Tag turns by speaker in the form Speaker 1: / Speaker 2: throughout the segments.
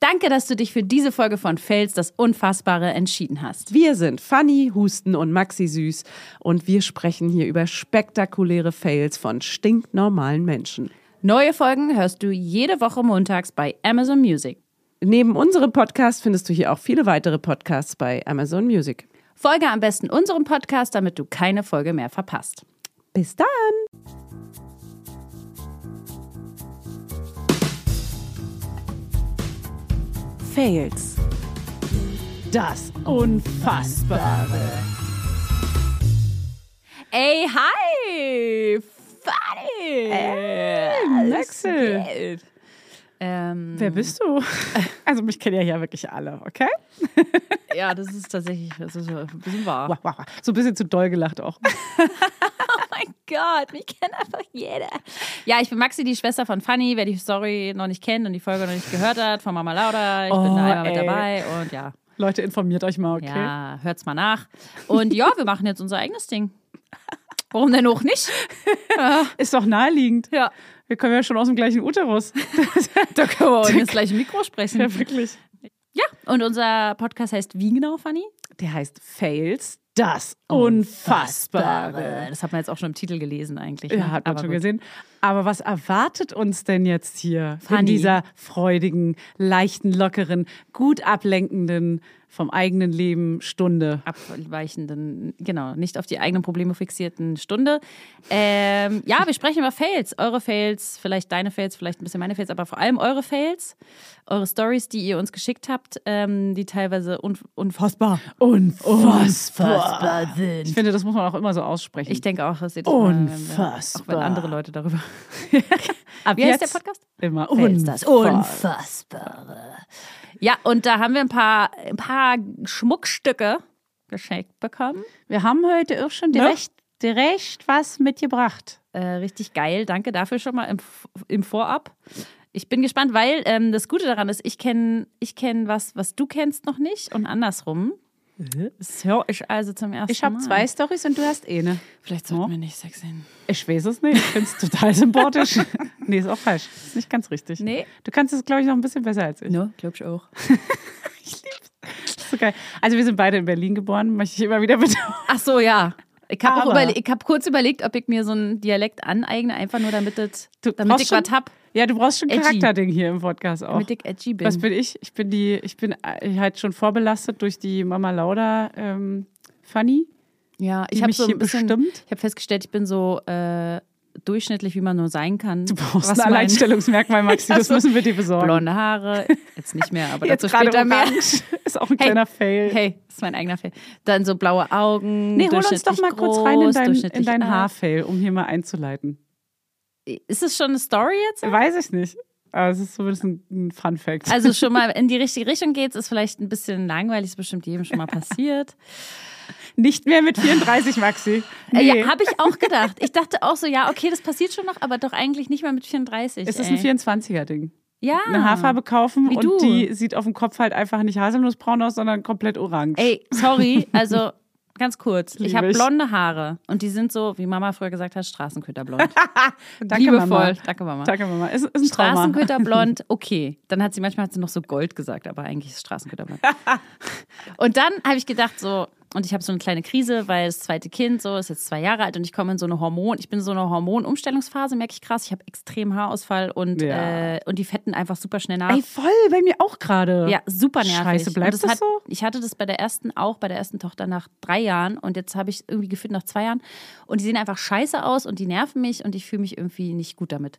Speaker 1: Danke, dass du dich für diese Folge von Fels das Unfassbare entschieden hast.
Speaker 2: Wir sind Fanny, Husten und Maxi Süß und wir sprechen hier über spektakuläre Fails von stinknormalen Menschen.
Speaker 1: Neue Folgen hörst du jede Woche montags bei Amazon Music.
Speaker 2: Neben unserem Podcast findest du hier auch viele weitere Podcasts bei Amazon Music.
Speaker 1: Folge am besten unserem Podcast, damit du keine Folge mehr verpasst.
Speaker 2: Bis dann!
Speaker 1: Fails.
Speaker 2: Das Unfassbare.
Speaker 1: Ey, hi! Funny!
Speaker 2: Maxel.
Speaker 1: Ähm,
Speaker 2: Wer bist du? Also mich kennen ja hier wirklich alle, okay?
Speaker 1: ja, das ist tatsächlich das ist ein bisschen wahr.
Speaker 2: Wah, wah, wah. So ein bisschen zu doll gelacht auch.
Speaker 1: mein Oh Gott, mich kennt einfach jeder. Ja, ich bin Maxi, die Schwester von Fanny. Wer die Story noch nicht kennt und die Folge noch nicht gehört hat, von Mama Lauda. Ich bin
Speaker 2: Oh,
Speaker 1: da immer mit
Speaker 2: ey.
Speaker 1: dabei und ja,
Speaker 2: Leute, informiert euch mal, okay?
Speaker 1: ja, hört's mal nach. Und ja, wir machen jetzt unser eigenes Ding. Warum denn auch nicht?
Speaker 2: Ist doch naheliegend.
Speaker 1: Ja,
Speaker 2: Wir kommen ja schon aus dem gleichen Uterus.
Speaker 1: da können wir auch in das gleiche Mikro sprechen.
Speaker 2: ja, wirklich.
Speaker 1: Ja, und unser Podcast heißt Wie genau, Fanny?
Speaker 2: Der heißt Fails, das
Speaker 1: Unfassbare.
Speaker 2: Unfassbare.
Speaker 1: Das hat man jetzt auch schon im Titel gelesen eigentlich. ne?
Speaker 2: Ja, hat man
Speaker 1: Aber
Speaker 2: schon
Speaker 1: gut.
Speaker 2: gesehen. Aber was erwartet uns denn jetzt hier
Speaker 1: Funny.
Speaker 2: in dieser freudigen, leichten, lockeren, gut ablenkenden, vom eigenen Leben Stunde?
Speaker 1: abweichenden, genau, nicht auf die eigenen Probleme fixierten Stunde. Ähm, ja, wir sprechen über Fails, eure Fails, vielleicht deine Fails, vielleicht ein bisschen meine Fails, aber vor allem eure Fails, eure Stories, die ihr uns geschickt habt, ähm, die teilweise un unfassbar,
Speaker 2: Unfassbar. Ich
Speaker 1: sind.
Speaker 2: finde, das muss man auch immer so aussprechen.
Speaker 1: Ich denke auch, dass ihr das Mal, wenn wir, auch wenn
Speaker 2: Unfassbar.
Speaker 1: andere Leute darüber.
Speaker 2: Ab
Speaker 1: Wie heißt der Podcast?
Speaker 2: Immer
Speaker 1: Fails, das
Speaker 2: Unfassbar.
Speaker 1: Unfassbare. Ja, und da haben wir ein paar, ein paar Schmuckstücke geschenkt bekommen.
Speaker 2: Wir haben heute auch schon direkt, direkt was mitgebracht.
Speaker 1: Äh, richtig geil. Danke dafür schon mal im, im Vorab. Ich bin gespannt, weil ähm, das Gute daran ist, ich kenne ich kenn was, was du kennst noch nicht und andersrum.
Speaker 2: Äh?
Speaker 1: Das höre ich also zum ersten
Speaker 2: Ich habe
Speaker 1: Mal.
Speaker 2: zwei Stories und du hast eine.
Speaker 1: Vielleicht sollten wir nicht Sex sehen.
Speaker 2: Ich weiß es nicht. Ich finde es total sympathisch. nee, ist auch falsch. Ist nicht ganz richtig.
Speaker 1: Nee.
Speaker 2: Du kannst es, glaube ich, noch ein bisschen besser als ich.
Speaker 1: Ne, glaub ich auch.
Speaker 2: Ist so geil. Also, wir sind beide in Berlin geboren, möchte ich immer wieder betonen.
Speaker 1: Ach so, ja. Ich habe
Speaker 2: Aber-
Speaker 1: überle ich hab kurz überlegt, ob ich mir so einen Dialekt aneigne, einfach nur damit, das,
Speaker 2: Du
Speaker 1: damit
Speaker 2: brauchst
Speaker 1: ich was
Speaker 2: schon-
Speaker 1: hab,
Speaker 2: Ja, du brauchst schon
Speaker 1: Edgy.
Speaker 2: Charakterding hier im Podcast auch.
Speaker 1: damit ich edgy bin.
Speaker 2: Was bin ich? Ich bin die, ich bin äh, halt schon vorbelastet durch die Mama Lauda ähm, Fanny.
Speaker 1: ja,
Speaker 2: die
Speaker 1: ich habe
Speaker 2: mich
Speaker 1: so ein
Speaker 2: hier
Speaker 1: bisschen,
Speaker 2: bestimmt?
Speaker 1: ich habe festgestellt, ich bin so äh, durchschnittlich, wie man nur sein kann.
Speaker 2: Du brauchst
Speaker 1: was
Speaker 2: ein
Speaker 1: mein-
Speaker 2: Alleinstellungsmerkmal, Maxi. Das müssen wir dir besorgen.
Speaker 1: blonde Haare, jetzt um nicht mehr, aber dazu
Speaker 2: Jetzt gerade
Speaker 1: später mehr.
Speaker 2: orange. Ist auch ein
Speaker 1: Hey,
Speaker 2: kleiner Fail.
Speaker 1: Hey, das ist mein eigener Fail. Dann so blaue Augen.
Speaker 2: Nee, hol uns doch
Speaker 1: durchschnittlich
Speaker 2: mal kurz rein in
Speaker 1: groß,
Speaker 2: deinen in
Speaker 1: durchschnittlich
Speaker 2: dein
Speaker 1: alt.
Speaker 2: Haarfail, um hier mal einzuleiten.
Speaker 1: Ist es schon eine Story jetzt?
Speaker 2: Weiß ich nicht. Aber es ist zumindest ein, ein Fun-Fact.
Speaker 1: Also schon mal in die richtige Richtung geht's, ist vielleicht ein bisschen langweilig, ist bestimmt jedem schon mal passiert.
Speaker 2: nicht mehr mit 34, Maxi.
Speaker 1: Äh,
Speaker 2: Nee.
Speaker 1: Ja, habe ich auch gedacht. Ich dachte auch so, ja, okay, das passiert schon noch, aber doch eigentlich nicht mal mit 34.
Speaker 2: es ist
Speaker 1: ey.
Speaker 2: ein 24er-Ding.
Speaker 1: Ja.
Speaker 2: Eine Haarfarbe kaufen
Speaker 1: Wie
Speaker 2: und
Speaker 1: du.
Speaker 2: die sieht auf dem Kopf halt einfach nicht haselnussbraun aus, sondern komplett orange.
Speaker 1: Ey, sorry, also ganz kurz. Ich
Speaker 2: Liebe
Speaker 1: habe
Speaker 2: ich.
Speaker 1: blonde Haare und die sind so, wie Mama früher gesagt hat, Straßenköterblond.
Speaker 2: Danke,
Speaker 1: Liebevoll.
Speaker 2: Mama.
Speaker 1: Danke, Mama.
Speaker 2: Danke, Mama. Ist, ist ein Trauma.
Speaker 1: Straßenköterblond, okay. Dann hat sie manchmal hat sie noch so Gold gesagt, aber eigentlich ist Straßenköterblond. und dann habe ich gedacht so, und ich habe so eine kleine Krise, weil das zweite Kind so ist jetzt zwei Jahre alt und ich komme in so eine Hormon, ich bin in so eine Hormonumstellungsphase, merke ich krass. Ich habe extrem Haarausfall und
Speaker 2: Ja.
Speaker 1: äh, und die fetten einfach super schnell nach.
Speaker 2: Ey, voll, bei mir auch gerade.
Speaker 1: Ja, super nervig.
Speaker 2: Scheiße, bleibt
Speaker 1: und
Speaker 2: das
Speaker 1: hat,
Speaker 2: so?
Speaker 1: Ich hatte das bei der ersten auch, bei der ersten Tochter nach drei Jahren und jetzt habe ich es irgendwie gefühlt nach zwei Jahren. Und die sehen einfach scheiße aus und die nerven mich und ich fühle mich irgendwie nicht gut damit.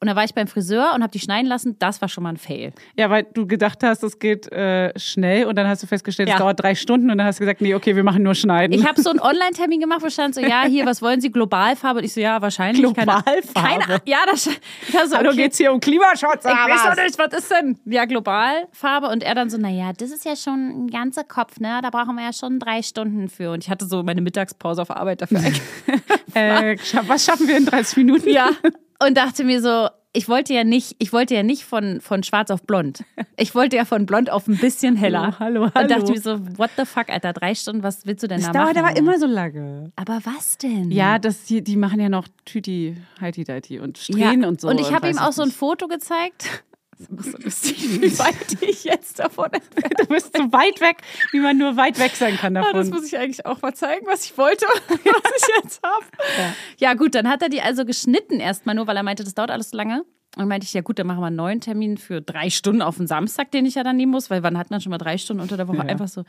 Speaker 1: Und da war ich beim Friseur und habe die schneiden lassen. Das war schon mal ein Fail.
Speaker 2: Ja, weil du gedacht hast, es geht äh, schnell und dann hast du festgestellt,
Speaker 1: Ja.
Speaker 2: es dauert drei Stunden und dann hast du gesagt, nee, okay, wir machen nur Schneiden.
Speaker 1: Ich habe so einen Online-Termin gemacht, wo stand so, ja, hier, was wollen Sie, Globalfarbe? Und ich so, ja, wahrscheinlich. Keine,
Speaker 2: Globalfarbe?
Speaker 1: keine Ja, das, ich hab so,
Speaker 2: Hallo,
Speaker 1: okay,
Speaker 2: geht's hier um Klimaschutz?
Speaker 1: Ich weiß doch
Speaker 2: nicht.
Speaker 1: nicht, was ist denn? Ja, Globalfarbe. Und er dann so, naja, das ist ja schon ein ganzer Kopf, ne? Da brauchen wir ja schon drei Stunden für. Und ich hatte so meine Mittagspause auf Arbeit dafür.
Speaker 2: Äh, scha- was schaffen wir in 30 Minuten?
Speaker 1: ja. Und dachte mir so, ich wollte ja nicht, ich wollte ja nicht von, von schwarz auf blond. Ich wollte ja von blond auf ein bisschen heller.
Speaker 2: Hallo, hallo,
Speaker 1: Und dachte
Speaker 2: hallo.
Speaker 1: mir so, what the fuck, Alter, drei Stunden, was willst du denn
Speaker 2: Das
Speaker 1: da machen?
Speaker 2: dauert aber immer so lange.
Speaker 1: Aber was denn?
Speaker 2: Ja, das, die, die machen ja noch Tüti, Heidi, Deiti und Strähnen
Speaker 1: Ja.
Speaker 2: und so.
Speaker 1: Und ich habe
Speaker 2: weiß
Speaker 1: ihm auch
Speaker 2: ich
Speaker 1: so ein
Speaker 2: nicht.
Speaker 1: Foto gezeigt Das ist so lustig, wie weit ich jetzt davon entfernt
Speaker 2: Du bist so weit weg, wie man nur weit weg sein kann
Speaker 1: war. Ah, Das
Speaker 2: davon.
Speaker 1: muss ich eigentlich auch mal zeigen, was ich wollte, und was ich jetzt habe. Ja. gut, dann hat er die also geschnitten erstmal nur, weil er meinte, das dauert alles so lange. Und dann meinte ich, ja gut, dann machen wir einen neuen Termin für drei Stunden auf den Samstag, den ich ja dann nehmen muss, weil wann hat man schon mal drei Stunden unter der Woche? Einfach so.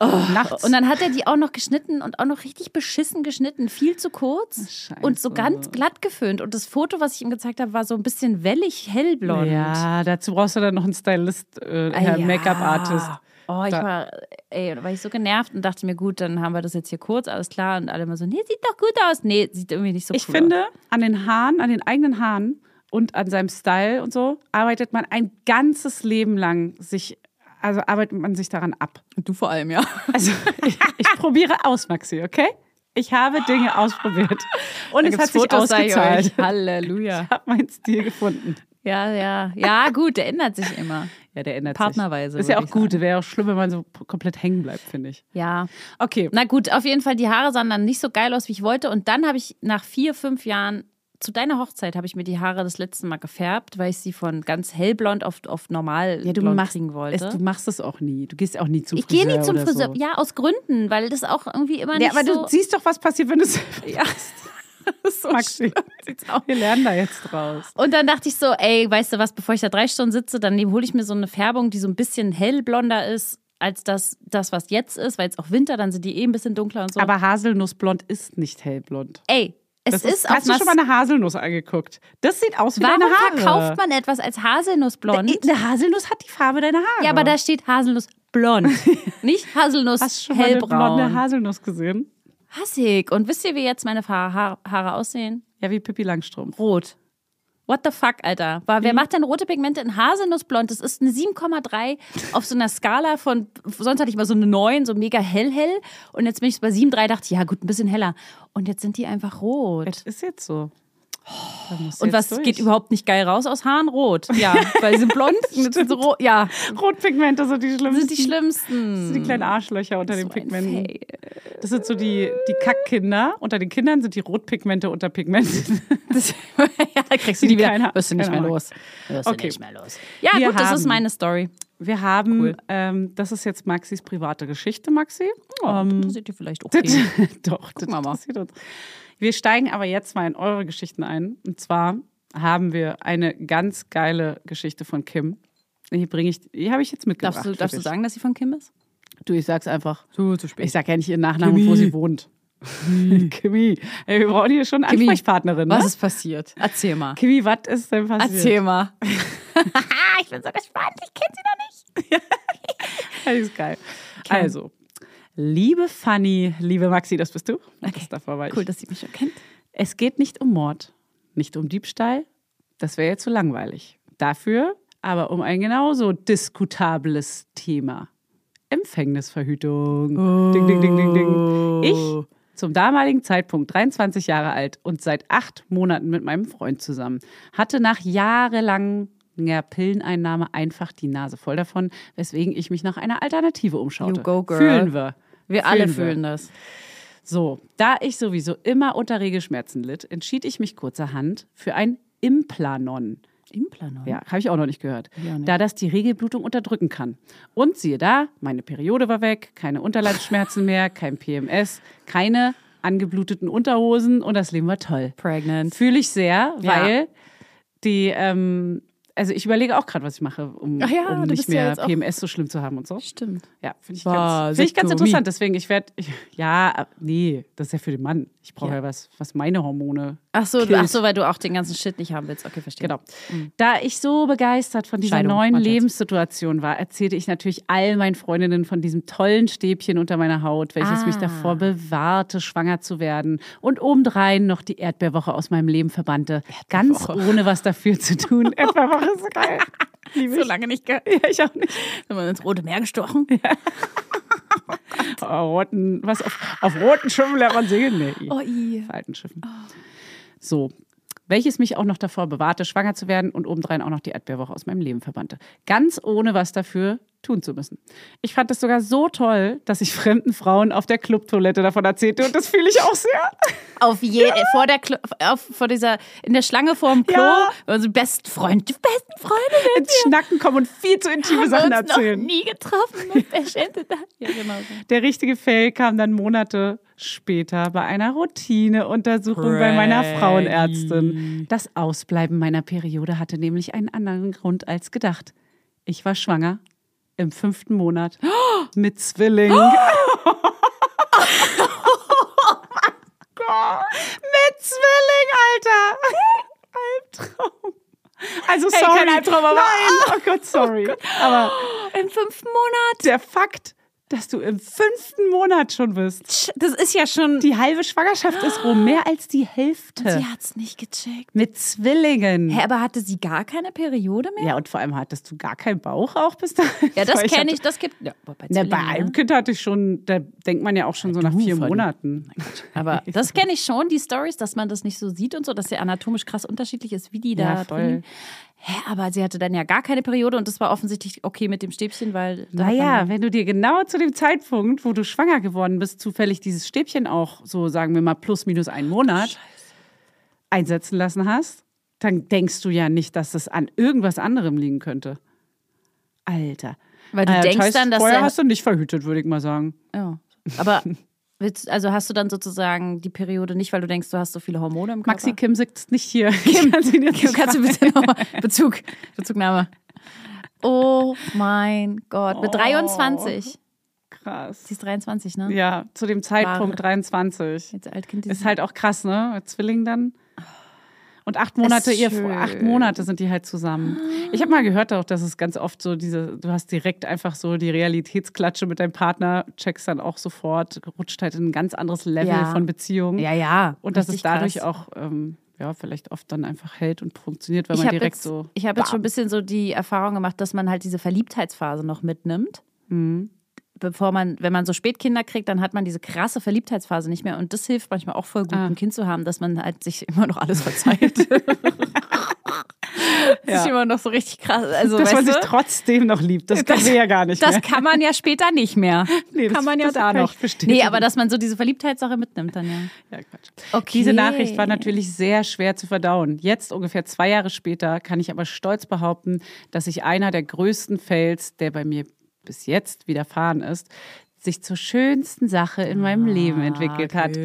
Speaker 1: Oh,
Speaker 2: Nachts.
Speaker 1: Und dann hat er die auch noch geschnitten und auch noch richtig beschissen geschnitten, viel zu kurz
Speaker 2: Scheiße.
Speaker 1: und so ganz glatt geföhnt. Und das Foto, was ich ihm gezeigt habe, war so ein bisschen wellig hellblond.
Speaker 2: ja, dazu brauchst du dann noch einen Stylist, äh,
Speaker 1: Ah,
Speaker 2: Herr Make-up-Artist.
Speaker 1: Oh, ich
Speaker 2: Da-
Speaker 1: war, äh, ey, da war ich so genervt und dachte mir, gut, dann haben wir das jetzt hier kurz, alles klar. Und alle immer so, nee, sieht doch gut aus. Nee, sieht irgendwie nicht so
Speaker 2: Ich
Speaker 1: cool
Speaker 2: finde, an den Haaren, an den eigenen Haaren und an seinem Style und so, arbeitet man ein ganzes Leben lang sich, also arbeitet man sich daran ab.
Speaker 1: Aus. Du vor allem, ja.
Speaker 2: Also ich, ich probiere aus, Maxi, okay? Ich habe Dinge ausprobiert. Und es hat sich ausgezahlt. Ich
Speaker 1: Halleluja.
Speaker 2: habe meinen Stil gefunden.
Speaker 1: Ja, ja. Ja, gut, der ändert sich immer.
Speaker 2: Ja, der ändert
Speaker 1: Partnerweise,
Speaker 2: sich. Ist ja
Speaker 1: würde
Speaker 2: auch
Speaker 1: ich
Speaker 2: gut. Wäre auch schlimm, wenn man so p- komplett hängen bleibt, finde ich.
Speaker 1: Ja.
Speaker 2: Okay.
Speaker 1: Na gut, auf jeden Fall, die Haare sahen dann nicht so geil aus, wie ich wollte. Und dann habe ich nach vier, fünf Jahren, zu deiner Hochzeit, habe ich mir die Haare das letzte Mal gefärbt, weil ich sie von ganz hellblond auf, auf normal blond kriegen wollte.
Speaker 2: Es, du machst es auch nie. Du gehst auch nie zum
Speaker 1: Ich
Speaker 2: Friseur.
Speaker 1: gehe nie zum
Speaker 2: oder
Speaker 1: Friseur.
Speaker 2: So.
Speaker 1: Ja, aus Gründen, weil das auch irgendwie immer
Speaker 2: Ja,
Speaker 1: nicht
Speaker 2: aber
Speaker 1: so.
Speaker 2: du siehst doch, was passiert, wenn du es.
Speaker 1: ja. so
Speaker 2: Maxi.
Speaker 1: sieht's aus.
Speaker 2: Wir lernen da jetzt draus.
Speaker 1: Und dann dachte ich so, ey, weißt du was, bevor ich da drei Stunden sitze, dann hole ich mir so eine Färbung, die so ein bisschen hellblonder ist als das, das was jetzt ist, weil jetzt auch Winter, dann sind die eh ein bisschen dunkler und so.
Speaker 2: Aber Haselnussblond ist nicht hellblond.
Speaker 1: ey, es
Speaker 2: Das
Speaker 1: ist,
Speaker 2: ist
Speaker 1: auf
Speaker 2: hast du schon mal
Speaker 1: Mas-
Speaker 2: eine Haselnuss angeguckt? Das sieht aus wie deine
Speaker 1: Warum
Speaker 2: Haare.
Speaker 1: verkauft man etwas als Haselnussblond?
Speaker 2: Äh, Eine Haselnuss hat die Farbe deiner Haare.
Speaker 1: ja, aber da steht Haselnussblond, nicht Haselnuss
Speaker 2: hast du schon mal eine blonde
Speaker 1: hellbraun.
Speaker 2: Haselnuss gesehen?
Speaker 1: Hassig. Und wisst ihr, wie jetzt meine Fa- Haar- Haare aussehen?
Speaker 2: Ja, wie Pippi Langstrumpf.
Speaker 1: Rot. What the fuck, Alter? War,
Speaker 2: Mhm.
Speaker 1: wer macht denn rote Pigmente in Haselnussblond? Das ist eine 7,3 auf so einer Skala von, sonst hatte ich mal so eine 9, so mega hell, hell. Und jetzt bin ich bei 7,3, dachte, ja gut, ein bisschen heller. Und jetzt sind die einfach rot.
Speaker 2: Das ist jetzt so. Da musst du
Speaker 1: Und
Speaker 2: jetzt
Speaker 1: was
Speaker 2: durch.
Speaker 1: geht überhaupt nicht geil raus aus Haaren? Rot. Ja, weil sie sind blond und jetzt sind sie rot. Ja,
Speaker 2: Rotpigmente sind die schlimmsten.
Speaker 1: das sind die schlimmsten.
Speaker 2: Das sind die kleinen Arschlöcher unter den
Speaker 1: So ein
Speaker 2: Pigmenten.
Speaker 1: Fail.
Speaker 2: Das sind so die, die Kackkinder. Unter den Kindern sind die Rotpigmente unter Pigmenten.
Speaker 1: Das, ja, da kriegst du die
Speaker 2: Keine
Speaker 1: wieder.
Speaker 2: Ahnung.
Speaker 1: Wirst du nicht
Speaker 2: Keine
Speaker 1: mehr
Speaker 2: Ahnung.
Speaker 1: los. Wirst du
Speaker 2: Okay.
Speaker 1: nicht mehr los. Ja,
Speaker 2: Wir
Speaker 1: gut, das ist
Speaker 2: haben-
Speaker 1: meine Story.
Speaker 2: Wir haben,
Speaker 1: Cool.
Speaker 2: ähm, das ist jetzt Maxis private Geschichte, Maxi.
Speaker 1: Ähm,
Speaker 2: Ähm,
Speaker 1: das seht ihr vielleicht auch. Okay.
Speaker 2: Doch, das
Speaker 1: Gucken wir mal.
Speaker 2: interessiert uns. Wir steigen aber jetzt mal in eure Geschichten ein. Und zwar haben wir eine ganz geile Geschichte von Kim. Hier bringe ich, die habe ich jetzt mitgebracht.
Speaker 1: Darfst, du,
Speaker 2: für
Speaker 1: darfst du
Speaker 2: dich.
Speaker 1: sagen, dass sie von Kim ist?
Speaker 2: Du, ich sag's einfach.
Speaker 1: So, zu spät.
Speaker 2: Ich sag ja nicht ihren Nachnamen, und wo
Speaker 1: Kimi. Hm.
Speaker 2: sie wohnt. Kimi. Ey, wir brauchen hier schon eine
Speaker 1: Kimi.
Speaker 2: Ansprechpartnerin.
Speaker 1: Was
Speaker 2: Ne?
Speaker 1: ist passiert? Erzähl mal.
Speaker 2: Kimi, was ist denn passiert?
Speaker 1: Erzähl mal. ich bin so gespannt, ich kenne sie noch nicht.
Speaker 2: Das ist geil. Also, liebe Fanny, liebe Maxi, das bist du. Das davor war ich.
Speaker 1: Cool, dass sie mich schon kennt.
Speaker 2: Es geht nicht um Mord, nicht um Diebstahl. Das wäre ja zu langweilig. Dafür aber um ein genauso diskutables Thema. Empfängnisverhütung. Ding, ding, ding, ding, ding. Ich, zum damaligen Zeitpunkt 23 Jahre alt und seit acht Monaten mit meinem Freund zusammen, hatte nach jahrelanger Pilleneinnahme einfach die Nase voll davon, weswegen ich mich nach einer Alternative umschaute.
Speaker 1: You go, girl.
Speaker 2: Fühlen wir.
Speaker 1: Wir alle
Speaker 2: wir.
Speaker 1: fühlen das.
Speaker 2: So, da ich sowieso immer unter Regelschmerzen litt, entschied ich mich kurzerhand für ein Implanon.
Speaker 1: Implanon.
Speaker 2: Ja, habe ich auch noch nicht gehört.
Speaker 1: Ja, ne. nicht.
Speaker 2: Da das die Regelblutung unterdrücken kann. Und siehe da, meine Periode war weg, keine Unterleibsschmerzen mehr, kein PMS, keine angebluteten Unterhosen und das Leben war toll.
Speaker 1: Pregnant.
Speaker 2: Fühle ich sehr,
Speaker 1: Ja.
Speaker 2: weil die, ähm, also ich überlege auch gerade, was ich mache, um,
Speaker 1: Ach ja,
Speaker 2: um
Speaker 1: du
Speaker 2: nicht
Speaker 1: bist ja
Speaker 2: mehr
Speaker 1: jetzt auch-
Speaker 2: PMS so schlimm zu haben und so.
Speaker 1: Stimmt.
Speaker 2: Ja, finde ich,
Speaker 1: Vasektomie.
Speaker 2: ganz- finde ich ganz interessant. Deswegen, ich werde, ja, äh, nee, das ist ja für den Mann. Ich brauche ja. was, was meine Hormone.
Speaker 1: Ach so, du,
Speaker 2: killt.
Speaker 1: ach so, weil du auch den ganzen Shit nicht haben willst. Okay, verstehe.
Speaker 2: Genau. Da ich so begeistert von dieser
Speaker 1: Scheidung,
Speaker 2: neuen
Speaker 1: warte jetzt.
Speaker 2: Lebenssituation war, erzählte ich natürlich all meinen Freundinnen von diesem tollen Stäbchen unter meiner Haut, welches mich
Speaker 1: Ah.
Speaker 2: davor bewahrte, schwanger zu werden und obendrein noch die Erdbeerwoche aus meinem Leben verbannte. Ganz ohne was dafür zu tun. Erdbeerwoche ist geil. Liebe
Speaker 1: So
Speaker 2: ich.
Speaker 1: lange nicht gehört.
Speaker 2: Ja, ich auch nicht.
Speaker 1: Sind wir ins Rote Meer gestochen?
Speaker 2: Oh, roten, was, auf, auf roten Schiffen lernt man singen? Nee.
Speaker 1: Oh, i.
Speaker 2: auf alten Schiffen. So. Welches mich auch noch davor bewahrte, schwanger zu werden und obendrein auch noch die Erdbeerwoche aus meinem Leben verbannte. Ganz ohne was dafür tun zu müssen. Ich fand das sogar so toll, dass ich fremden Frauen auf der Clubtoilette davon erzählte und das fühle ich auch sehr.
Speaker 1: Auf je, äh, vor der Klo, auf, vor dieser, in der Schlange vorm Klo,
Speaker 2: Ja.
Speaker 1: also besten Freund, die besten Freunde
Speaker 2: Ins Schnacken kommen und viel zu intime Sachen
Speaker 1: haben wir uns noch
Speaker 2: erzählen.
Speaker 1: nie getroffen. Und wer schätzt das? Ja, genau so.
Speaker 2: Der richtige Fail kam dann Monate später bei einer Routineuntersuchung bei meiner Frauenärztin. Das Ausbleiben meiner Periode hatte nämlich einen anderen Grund als gedacht. Ich war schwanger im fünften Monat mit Zwilling.
Speaker 1: Oh!
Speaker 2: mit Zwilling, Alter! Albtraum. Also sorry.
Speaker 1: kein Albtraum, aber-
Speaker 2: Nein, oh Gott, sorry. Aber
Speaker 1: Im fünften Monat.
Speaker 2: der Fakt, dass du im fünften Monat schon bist.
Speaker 1: Tsch, Das ist ja schon.
Speaker 2: Die halbe Schwangerschaft ist rum, mehr als die Hälfte.
Speaker 1: Sie hat's nicht gecheckt.
Speaker 2: Mit Zwillingen.
Speaker 1: Hä, aber hatte sie gar keine Periode mehr?
Speaker 2: Ja, und vor allem hattest du gar keinen Bauch auch bis dahin.
Speaker 1: Ja, das
Speaker 2: Weil
Speaker 1: kenne
Speaker 2: hatte-
Speaker 1: ich, das gibt. Ja, aber bei,
Speaker 2: Na,
Speaker 1: Zwillingen,
Speaker 2: bei einem
Speaker 1: ne?
Speaker 2: Kind hatte ich schon, da denkt man ja auch schon so nach
Speaker 1: du
Speaker 2: vier
Speaker 1: vor allem.
Speaker 2: Monaten.
Speaker 1: Aber das kenne ich schon, die Stories, dass man das nicht so sieht und so, dass der anatomisch krass unterschiedlich ist, wie die da.
Speaker 2: Ja, voll.
Speaker 1: drin. Hä, aber sie hatte dann ja gar keine Periode und das war offensichtlich okay mit dem Stäbchen, weil. da hat man-
Speaker 2: Naja, wenn du dir genau zu dem Zeitpunkt, wo du schwanger geworden bist, zufällig dieses Stäbchen auch so, sagen wir mal, plus minus einen Monat einsetzen lassen hast, dann denkst du ja nicht, dass das an irgendwas anderem liegen könnte. Alter.
Speaker 1: Weil du
Speaker 2: das
Speaker 1: denkst
Speaker 2: heißt,
Speaker 1: dann, dass
Speaker 2: Vorher
Speaker 1: der-
Speaker 2: hast du nicht verhütet, würde ich mal sagen.
Speaker 1: Ja. Aber. Willst, also hast du dann sozusagen die Periode nicht, weil du denkst, du hast so viele Hormone im Körper?
Speaker 2: Maxi Kim sitzt nicht hier. Kim, kann sie nicht
Speaker 1: Kim, kannst du
Speaker 2: fragen.
Speaker 1: bitte nochmal Bezug, Bezugnahme. Oh mein Gott, mit
Speaker 2: Oh.
Speaker 1: 23. Sie
Speaker 2: Krass.
Speaker 1: ist 23, ne?
Speaker 2: Ja, zu dem Zeitpunkt
Speaker 1: Wahre.
Speaker 2: 23.
Speaker 1: Jetzt Altkind die
Speaker 2: Ist
Speaker 1: sind-
Speaker 2: halt auch krass, ne? Mit Zwilling dann. Und acht Monate, ihr,
Speaker 1: schön.
Speaker 2: acht Monate sind die halt zusammen. Ich habe mal gehört auch, dass es ganz oft so diese, du hast direkt einfach so die Realitätsklatsche mit deinem Partner, checkst dann auch sofort, rutscht halt in ein ganz anderes Level
Speaker 1: Ja.
Speaker 2: von Beziehung.
Speaker 1: Ja, ja.
Speaker 2: Und dass es
Speaker 1: richtig
Speaker 2: dadurch
Speaker 1: krass.
Speaker 2: auch, ähm, ja, vielleicht oft dann einfach hält und funktioniert, weil
Speaker 1: Ich
Speaker 2: man
Speaker 1: habe
Speaker 2: direkt
Speaker 1: jetzt,
Speaker 2: so.
Speaker 1: ich hab jetzt schon ein bisschen so die Erfahrung gemacht, dass man halt diese Verliebtheitsphase noch mitnimmt. Mhm. Bevor man, wenn man so spät Kinder kriegt, dann hat man diese krasse Verliebtheitsphase nicht mehr. Und das hilft manchmal auch voll gut,
Speaker 2: Ah.
Speaker 1: ein Kind zu haben, dass man halt sich immer noch alles verzeiht. Das
Speaker 2: Ja.
Speaker 1: ist immer noch so richtig krass. Also,
Speaker 2: dass man
Speaker 1: weißt
Speaker 2: sich
Speaker 1: du?
Speaker 2: trotzdem noch liebt, das, können wir ja gar nicht
Speaker 1: Das
Speaker 2: mehr.
Speaker 1: kann man ja später nicht mehr.
Speaker 2: Nee, das-
Speaker 1: kann man ja
Speaker 2: das
Speaker 1: da
Speaker 2: kann
Speaker 1: noch.
Speaker 2: ich bestätigen.
Speaker 1: Nee, aber dass man so diese Verliebtheitssache mitnimmt dann ja.
Speaker 2: Ja, Quatsch.
Speaker 1: Okay.
Speaker 2: Diese Nachricht war natürlich sehr schwer zu verdauen. Jetzt, ungefähr zwei Jahre später, kann ich aber stolz behaupten, dass ich einer der größten Fails, der bei mir bis jetzt widerfahren ist, sich zur schönsten Sache in meinem
Speaker 1: Ah,
Speaker 2: Leben entwickelt hat.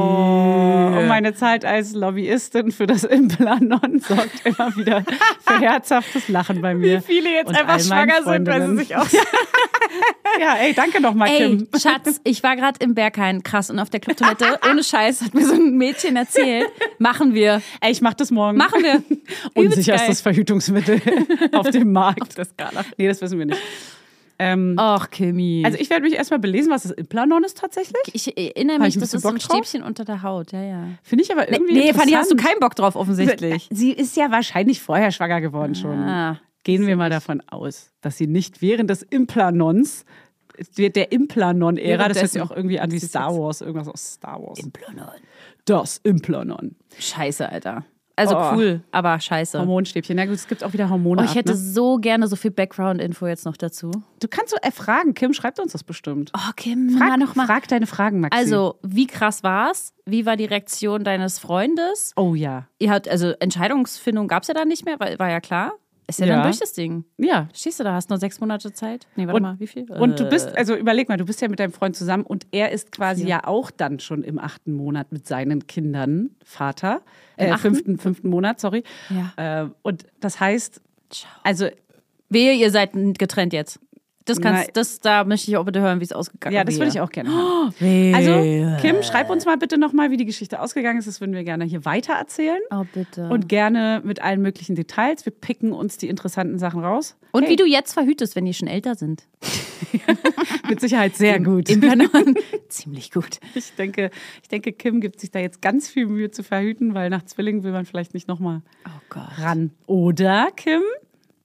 Speaker 2: Oh, und meine Zeit als Lobbyistin für das Implanon sorgt immer wieder für herzhaftes Lachen bei mir.
Speaker 1: viele jetzt
Speaker 2: und all meinen Freundinnen.
Speaker 1: auch
Speaker 2: Ja, ey, danke nochmal,
Speaker 1: Ey,
Speaker 2: Kim.
Speaker 1: Schatz, ich war gerade im Berghain, krass, und auf der Clubtoilette, ohne Scheiß, hat mir so ein Mädchen erzählt, machen wir,
Speaker 2: Ey, ich mach das morgen.
Speaker 1: machen wir. Übelst
Speaker 2: Unsicher ist
Speaker 1: geil.
Speaker 2: das Verhütungsmittel auf dem Markt. Auf der Skala. Nee, das wissen wir nicht. Ähm,
Speaker 1: Och, Kimi.
Speaker 2: Also ich werde mich erstmal belesen, was das Implanon ist tatsächlich.
Speaker 1: ich erinnere
Speaker 2: Hab
Speaker 1: mich,
Speaker 2: ich ein
Speaker 1: das
Speaker 2: bisschen
Speaker 1: ist so ein
Speaker 2: Bock drauf?
Speaker 1: Stäbchen unter der Haut, ja, ja.
Speaker 2: Finde ich aber irgendwie
Speaker 1: nee,
Speaker 2: interessant.
Speaker 1: Fanny, hast du keinen Bock drauf, offensichtlich.
Speaker 2: Sie ist ja wahrscheinlich vorher schwanger geworden schon.
Speaker 1: Ah.
Speaker 2: Gehen wir mal davon aus, dass sie nicht während des Implanons, während der Implanon-Ära, das hört sich
Speaker 1: Währenddessen.
Speaker 2: auch irgendwie an wie Star Wars, irgendwas aus Star Wars. Das Implanon.
Speaker 1: Scheiße, Alter. Also
Speaker 2: Oh.
Speaker 1: cool, aber scheiße.
Speaker 2: Hormonstäbchen. Na gut, es gibt auch wieder Hormone.
Speaker 1: Oh, ich
Speaker 2: ab,
Speaker 1: hätte
Speaker 2: ne?
Speaker 1: so gerne so viel Background-Info jetzt noch dazu.
Speaker 2: Du kannst so erfragen, Kim schreibt uns das bestimmt.
Speaker 1: Oh, Kim,
Speaker 2: Frag,
Speaker 1: noch mal.
Speaker 2: frag deine Fragen, Maxi.
Speaker 1: Also, wie krass war's? Wie war die Reaktion deines Freundes?
Speaker 2: Oh ja.
Speaker 1: Ihr habt, also Entscheidungsfindung gab's ja dann nicht mehr, weil war ja klar. Ist ja,
Speaker 2: Ja.
Speaker 1: dann durch das Ding.
Speaker 2: Ja,
Speaker 1: Stehst du da, hast nur sechs Monate Zeit? Nee, warte
Speaker 2: Und-
Speaker 1: mal, wie viel?
Speaker 2: Und du
Speaker 1: Äh,
Speaker 2: bist, also überleg mal, du bist ja mit deinem Freund zusammen und er ist quasi ja, auch dann schon im achten Monat mit seinen Kindern Vater.
Speaker 1: Im
Speaker 2: Äh,
Speaker 1: achten?
Speaker 2: fünften, fünften Monat, sorry.
Speaker 1: Ja.
Speaker 2: Äh, und das heißt,
Speaker 1: Ciao.
Speaker 2: also
Speaker 1: Wehe, ihr seid getrennt jetzt. Das kannst,
Speaker 2: Nein.
Speaker 1: das, da möchte ich auch bitte hören, wie es ausgegangen ist.
Speaker 2: ja, das würde ich auch gerne haben.
Speaker 1: Wehe.
Speaker 2: Also,
Speaker 1: Also,
Speaker 2: Kim, schreib uns mal bitte nochmal, wie die Geschichte ausgegangen ist. Das würden wir gerne hier weiter erzählen.
Speaker 1: oh, bitte.
Speaker 2: Und gerne mit allen möglichen Details. Wir picken uns die interessanten Sachen raus.
Speaker 1: Und
Speaker 2: Hey,
Speaker 1: wie du jetzt verhütest, wenn die schon älter sind.
Speaker 2: mit Sicherheit sehr gut.
Speaker 1: Im Planon. Ziemlich gut.
Speaker 2: Ich denke, ich denke, Kim gibt sich da jetzt ganz viel Mühe zu verhüten, weil nach Zwillingen will man vielleicht nicht nochmal
Speaker 1: Oh Gott.
Speaker 2: ran. Oder, Kim?